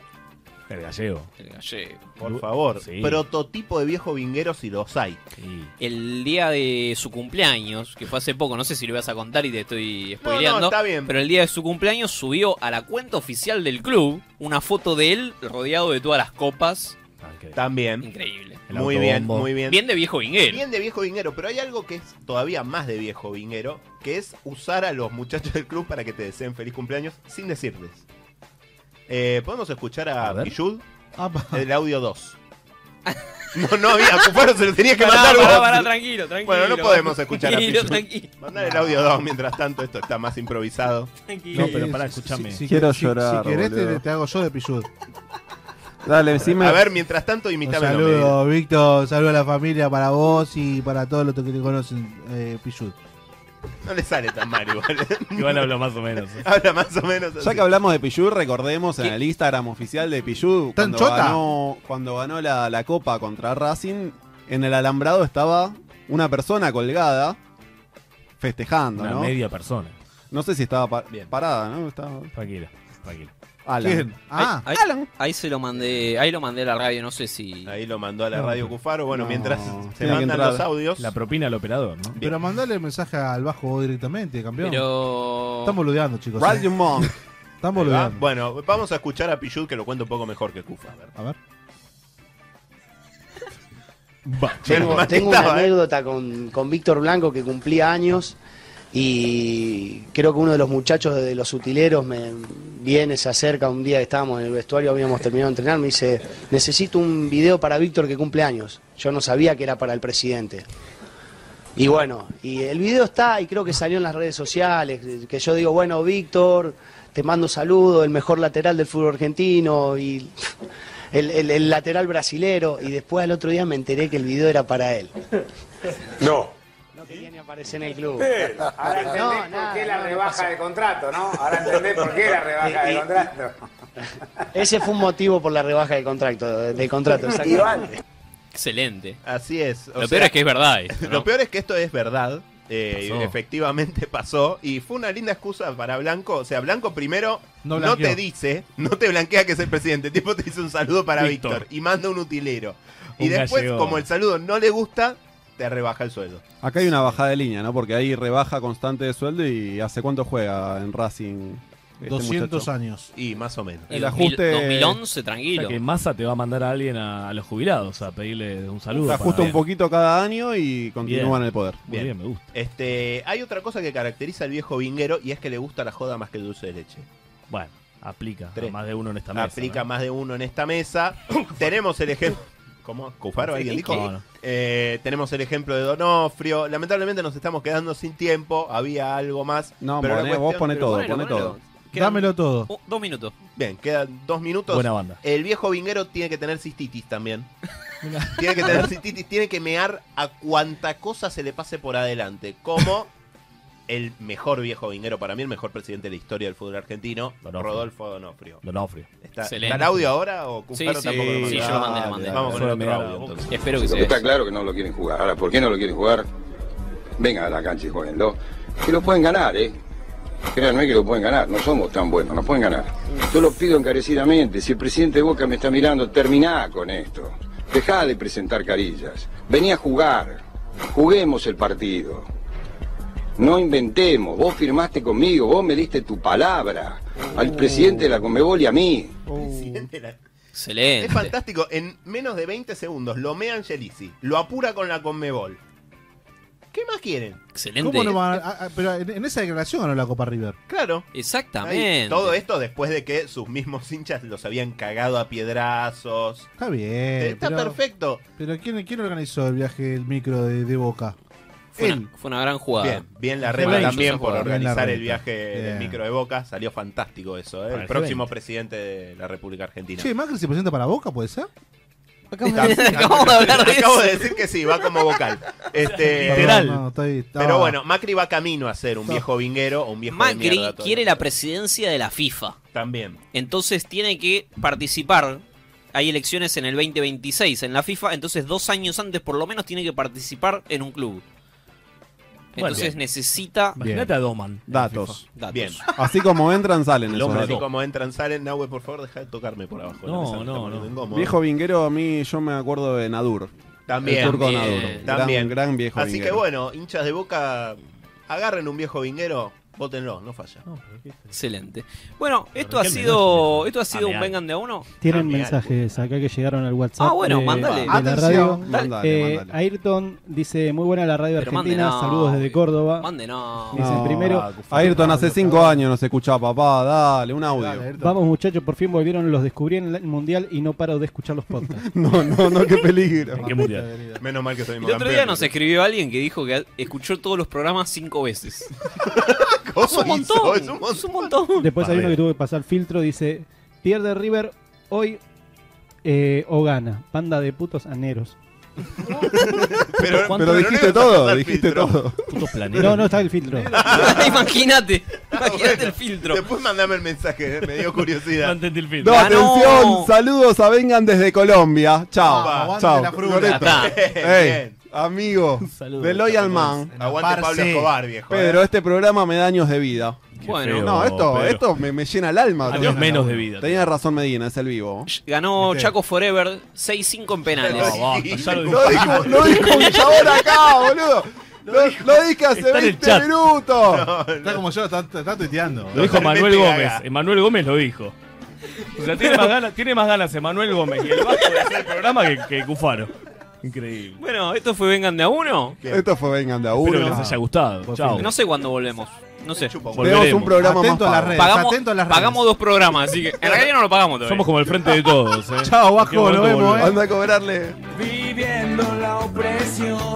El gallego. El gallego. Por favor. Sí. Prototipo de viejo vinguero si los hay. Sí. El día de su cumpleaños, que fue hace poco, no sé si lo vas a contar y te estoy No, spoileando. no, está bien. Pero el día de su cumpleaños subió a la cuenta oficial del club una foto de él rodeado de todas las copas. Ah, increíble. También. Increíble. El Muy bien, autobombo. muy bien. Bien de viejo vinguero. Bien de viejo vinguero, pero hay algo que es todavía más de viejo vinguero, que es usar a los muchachos del club para que te deseen feliz cumpleaños sin decirles. Eh, Podemos escuchar A a ver. Ah. Pichud [LAUGHS] Apa. el audio 2. [LAUGHS] No, no había, Cufaro se lo tenías que Pará, mandar pará, vos. pará, tranquilo, tranquilo. Bueno, no podemos escuchar a Tranquilo, Pichu. tranquilo, Mandar el audio 2 mientras tanto, esto está más improvisado. tranquilo. No, pero pará, escúchame. Si, si- Quiero si- llorar, Si querés, te, boludo. te hago yo de pilludo. Dale, sí me... A ver, mientras tanto, Un imitame lo saludo, Víctor. Saludo a la familia para vos y para todos los que te conocen, eh, Pichud. No le sale tan mal igual. [LAUGHS] ¿eh? Igual hablo más o menos. [LAUGHS] ¿eh? Habla más o menos así. Ya que hablamos de Pillú, recordemos en el Instagram oficial de Pillú ¿Tan cuando chota? ganó, cuando ganó la, la copa contra Racing, en el alambrado estaba una persona colgada festejando, Una ¿no? media persona. No sé si estaba pa- Bien. parada, ¿no? Estaba Tranquila, tranquila. Alan. Ah, ahí, ahí se lo mandé, ahí lo mandé a la radio, no sé si. Ahí lo mandó a la No. radio Cufaro. Bueno, No, mientras tiene se que mandan entrar. los audios. La propina al operador, ¿no? Bien. pero mandale el mensaje al bajo vos directamente, campeón. Pero. Están boludeando, chicos. eh. Radio Monk. Están Ahí va. boludeando. Bueno, vamos a escuchar a Pichud que lo cuenta un poco mejor que Cufa. A ver. A [LAUGHS] ver. Menos [LAUGHS] Tengo, mal que tengo una estaba, ¿eh? anécdota con, con Víctor Blanco que cumplía años y creo que uno de los muchachos de los utileros me viene, se acerca un día que estábamos en el vestuario, habíamos terminado de entrenar, me dice, necesito un video para Víctor que cumple años. Yo no sabía que era para el presidente. Y bueno, y el video está y creo que salió en las redes sociales, que yo digo, bueno, Víctor, te mando saludo, el mejor lateral del fútbol argentino y el, el- el lateral brasilero y después al otro día me enteré que el video era para él. No. No quería ni aparecer en el club. Ahora entendés No, por nada, qué no, la no rebaja pasa. de contrato, ¿no? Ahora entendés por qué la rebaja de contrato. Ese fue un motivo por la rebaja del contrato, del contrato. exactamente. Excelente. Así es. o lo sea, peor es que es verdad esto, ¿no? Lo peor es que esto es verdad. eh, Pasó. efectivamente [LAUGHS] pasó. Y fue una linda excusa para Blanco. O sea, Blanco primero No no, blanqueó. te dice, no te blanquea que es el presidente. El tipo te dice un saludo para Víctor. Víctor y manda un utilero. Y Un después, gallego. como el saludo no le gusta, te rebaja el sueldo. Acá hay una bajada de línea, ¿no? Porque hay rebaja constante de sueldo y ¿hace cuánto juega en Racing este 200 muchacho. años. Y más o menos. El El ajuste- 2011, tranquilo. O sea que Massa te va a mandar a alguien a, a los jubilados a pedirle un saludo. Se para- ajusta un poquito cada año y continúa Bien. en el poder. Muy bien, me gusta. Este, hay otra cosa que caracteriza al viejo vinguero y es que le gusta la joda más que el dulce de leche. Bueno, aplica Tres. a más de uno en esta mesa. Aplica ¿no? más de uno en [LAUGHS] esta mesa. tenemos el ejemplo. ¿Cómo? ¿Cufaro? Sí, ¿Alguien dijo? no, no. Eh, tenemos el ejemplo de Donofrio. Lamentablemente nos estamos quedando sin tiempo. Había algo más. No, pero la poné, vos poné pero todo, ponelo, poné ponelo. todo. Quedan Dámelo todo. Oh, Dos minutos. Bien, quedan dos minutos. Buena banda. El viejo vinguero tiene que tener [LAUGHS] cistitis también. tiene que tener cistitis, tiene que mear a cuanta cosa se le pase por adelante. Como el mejor viejo vinguero, para mí el mejor presidente de la historia del fútbol argentino, Donofrio. Rodolfo Donofrio. Donofrio. ¿Está, Excelente. ¿está el audio ahora o Cufaro Sí, sí, tampoco lo sí, mandó? yo lo mandé, lo Ah, mandé. Vamos con el otro Suena mear a audio, vos. [LAUGHS] entonces. Espero que Lo se que está vea. claro que no lo quieren jugar. Ahora, ¿por qué no lo quieren jugar? Vengan a la cancha y jueguenlo. Que lo pueden ganar, ¿eh? Créanme que lo pueden ganar. No somos tan buenos, nos pueden ganar. Yo lo pido encarecidamente. Si el presidente de Boca me está mirando, terminá con esto. Dejá de presentar carillas. Vení a jugar. Juguemos el partido. No inventemos. Vos firmaste conmigo, vos me diste tu palabra. Al presidente de la Comebol y a mí. Presidente de la- Excelente. Es fantástico. En menos de 20 segundos lo mea Angelisi, lo apura con la Conmebol. ¿Qué más quieren? Excelente. ¿Cómo no van a- a- a- pero en, en esa declaración ganó la Copa River. Claro. Exactamente. Ahí, Todo esto después de que sus mismos [LAUGHS] hinchas los habían cagado a piedrazos. Está bien. Está Eh, pero, perfecto. Pero ¿quién, quién organizó el viaje del micro de, de Boca? Fue, Él. una, fue una gran jugada. Bien, bien la Fue reta bello también esa por jugada. Bien la organizar reta. el viaje Bien. del micro de Boca. Salió fantástico eso, ¿eh? Para El el próximo G20. presidente de la República Argentina. Che, Macri se presenta para Boca, ¿puede ser? Acabamos de hablar de Acabo eso. de decir que sí, va como vocal. Este, Perdón, Literal. no, está ahí, estaba- Pero bueno, Macri va camino a ser un viejo vinguero o un viejo de Macri mierda todo quiere el la tiempo. presidencia de la FIFA. También. Entonces tiene que participar. Hay elecciones en el 2026 en la FIFA, entonces dos años antes por lo menos tiene que participar en un club. Bueno. Entonces necesita Imagínate a Doman. en Datos. datos. Bien. Así como entran, salen. El esos hombre datos. Así como entran, salen. Nahue, por favor, deja de tocarme por abajo. de la No, mesa, me no, está poniendo no. incómodo. Viejo vinguero, a mí yo me acuerdo de Nadur. También. el turco también, Nadur. también. Gran, gran viejo Así que vinguero. bueno, hinchas de boca, agarren un viejo vinguero, votenlo, no falla. Excelente. Bueno, esto ha Riquelme sido esto ha Ah, sido un Ameal. vengan de a uno. Tienen Cambiar, mensajes acá que llegaron al WhatsApp. Ah, bueno, de, mándale. de la radio. Atención. Mandale, Eh, mandale. Ayrton dice: Muy buena la radio Pero argentina. manden, no. eh, Saludos desde Córdoba. Mándenos. Dicen No, primero. ah, eh, Ayrton hace cinco años no se escuchaba, papá. Dale, un audio. Dale, Ayrton. Vamos muchachos, por fin volvieron, los descubrí en el mundial y no paro de escuchar los podcasts. No, no, no, qué peligro. Hay que mutear. Menos mal que soy El otro día nos escribió alguien que dijo que escuchó todos los programas cinco [LAUGHS] veces. ¿Cómo es un hizo? montón. Es un montón. Es un montón. [LAUGHS] Después hay uno Barrera. que tuvo que pasar filtro, dice, pierde River hoy eh, o gana. Panda de putos aneros. Pero, ¿Cuánto? Pero no dijiste le vas a todo, pasar dijiste filtro. todo. Putos planeros. No, no está el filtro. Imagínate. Imagínate el Bueno, filtro. Después mandame el mensaje, eh, me dio No curiosidad. entendí el filtro. No, Ah, no. atención, saludos a Vengan desde Colombia. Ah, Chao. aguante Chao. la fruta. Loreto. Acá. Ey, amigo, saludo. de Loyal Man. Aguante Pablo Parce. Escobar, viejo. eh. Pedro, este programa me da años de vida. Qué Bueno. feo, No, esto, Pedro. esto me, me llena el alma. Adiós menos de vida. Tenía razón Medina, es el vivo. Ganó ¿Viste? Chaco Forever 6-5 en penales. [LAUGHS] No, No, basta, ya lo Lo dijo, lo dijo un chabón acá, boludo. Lo, lo dije hace Está en el 20 chat. minutos. Está como yo, está, está tuiteando. Lo dijo Totalmente Manuel Gómez. gaga. Emanuel Gómez lo dijo. O sea, tiene más ganas, tiene más ganas Emanuel Gómez y el vasco de hacer el programa que, que Cufaro. Increíble. Bueno, esto fue Vengan de a uno. Esto fue Vengan de a Espero que uno. les haya gustado. Chao. No sé cuándo volvemos. No sé. Chupa un- Tenemos un Volveremos. programa Atento a más. las pago. redes. Pagamos, atento a las redes. pagamos dos programas, así que en realidad no lo pagamos todavía. Somos como el frente de todos. ¿eh? Chao, Vasco, ¿En qué momento nos vemos, volvemos? eh. Anda a cobrarle. Viviendo la opresión.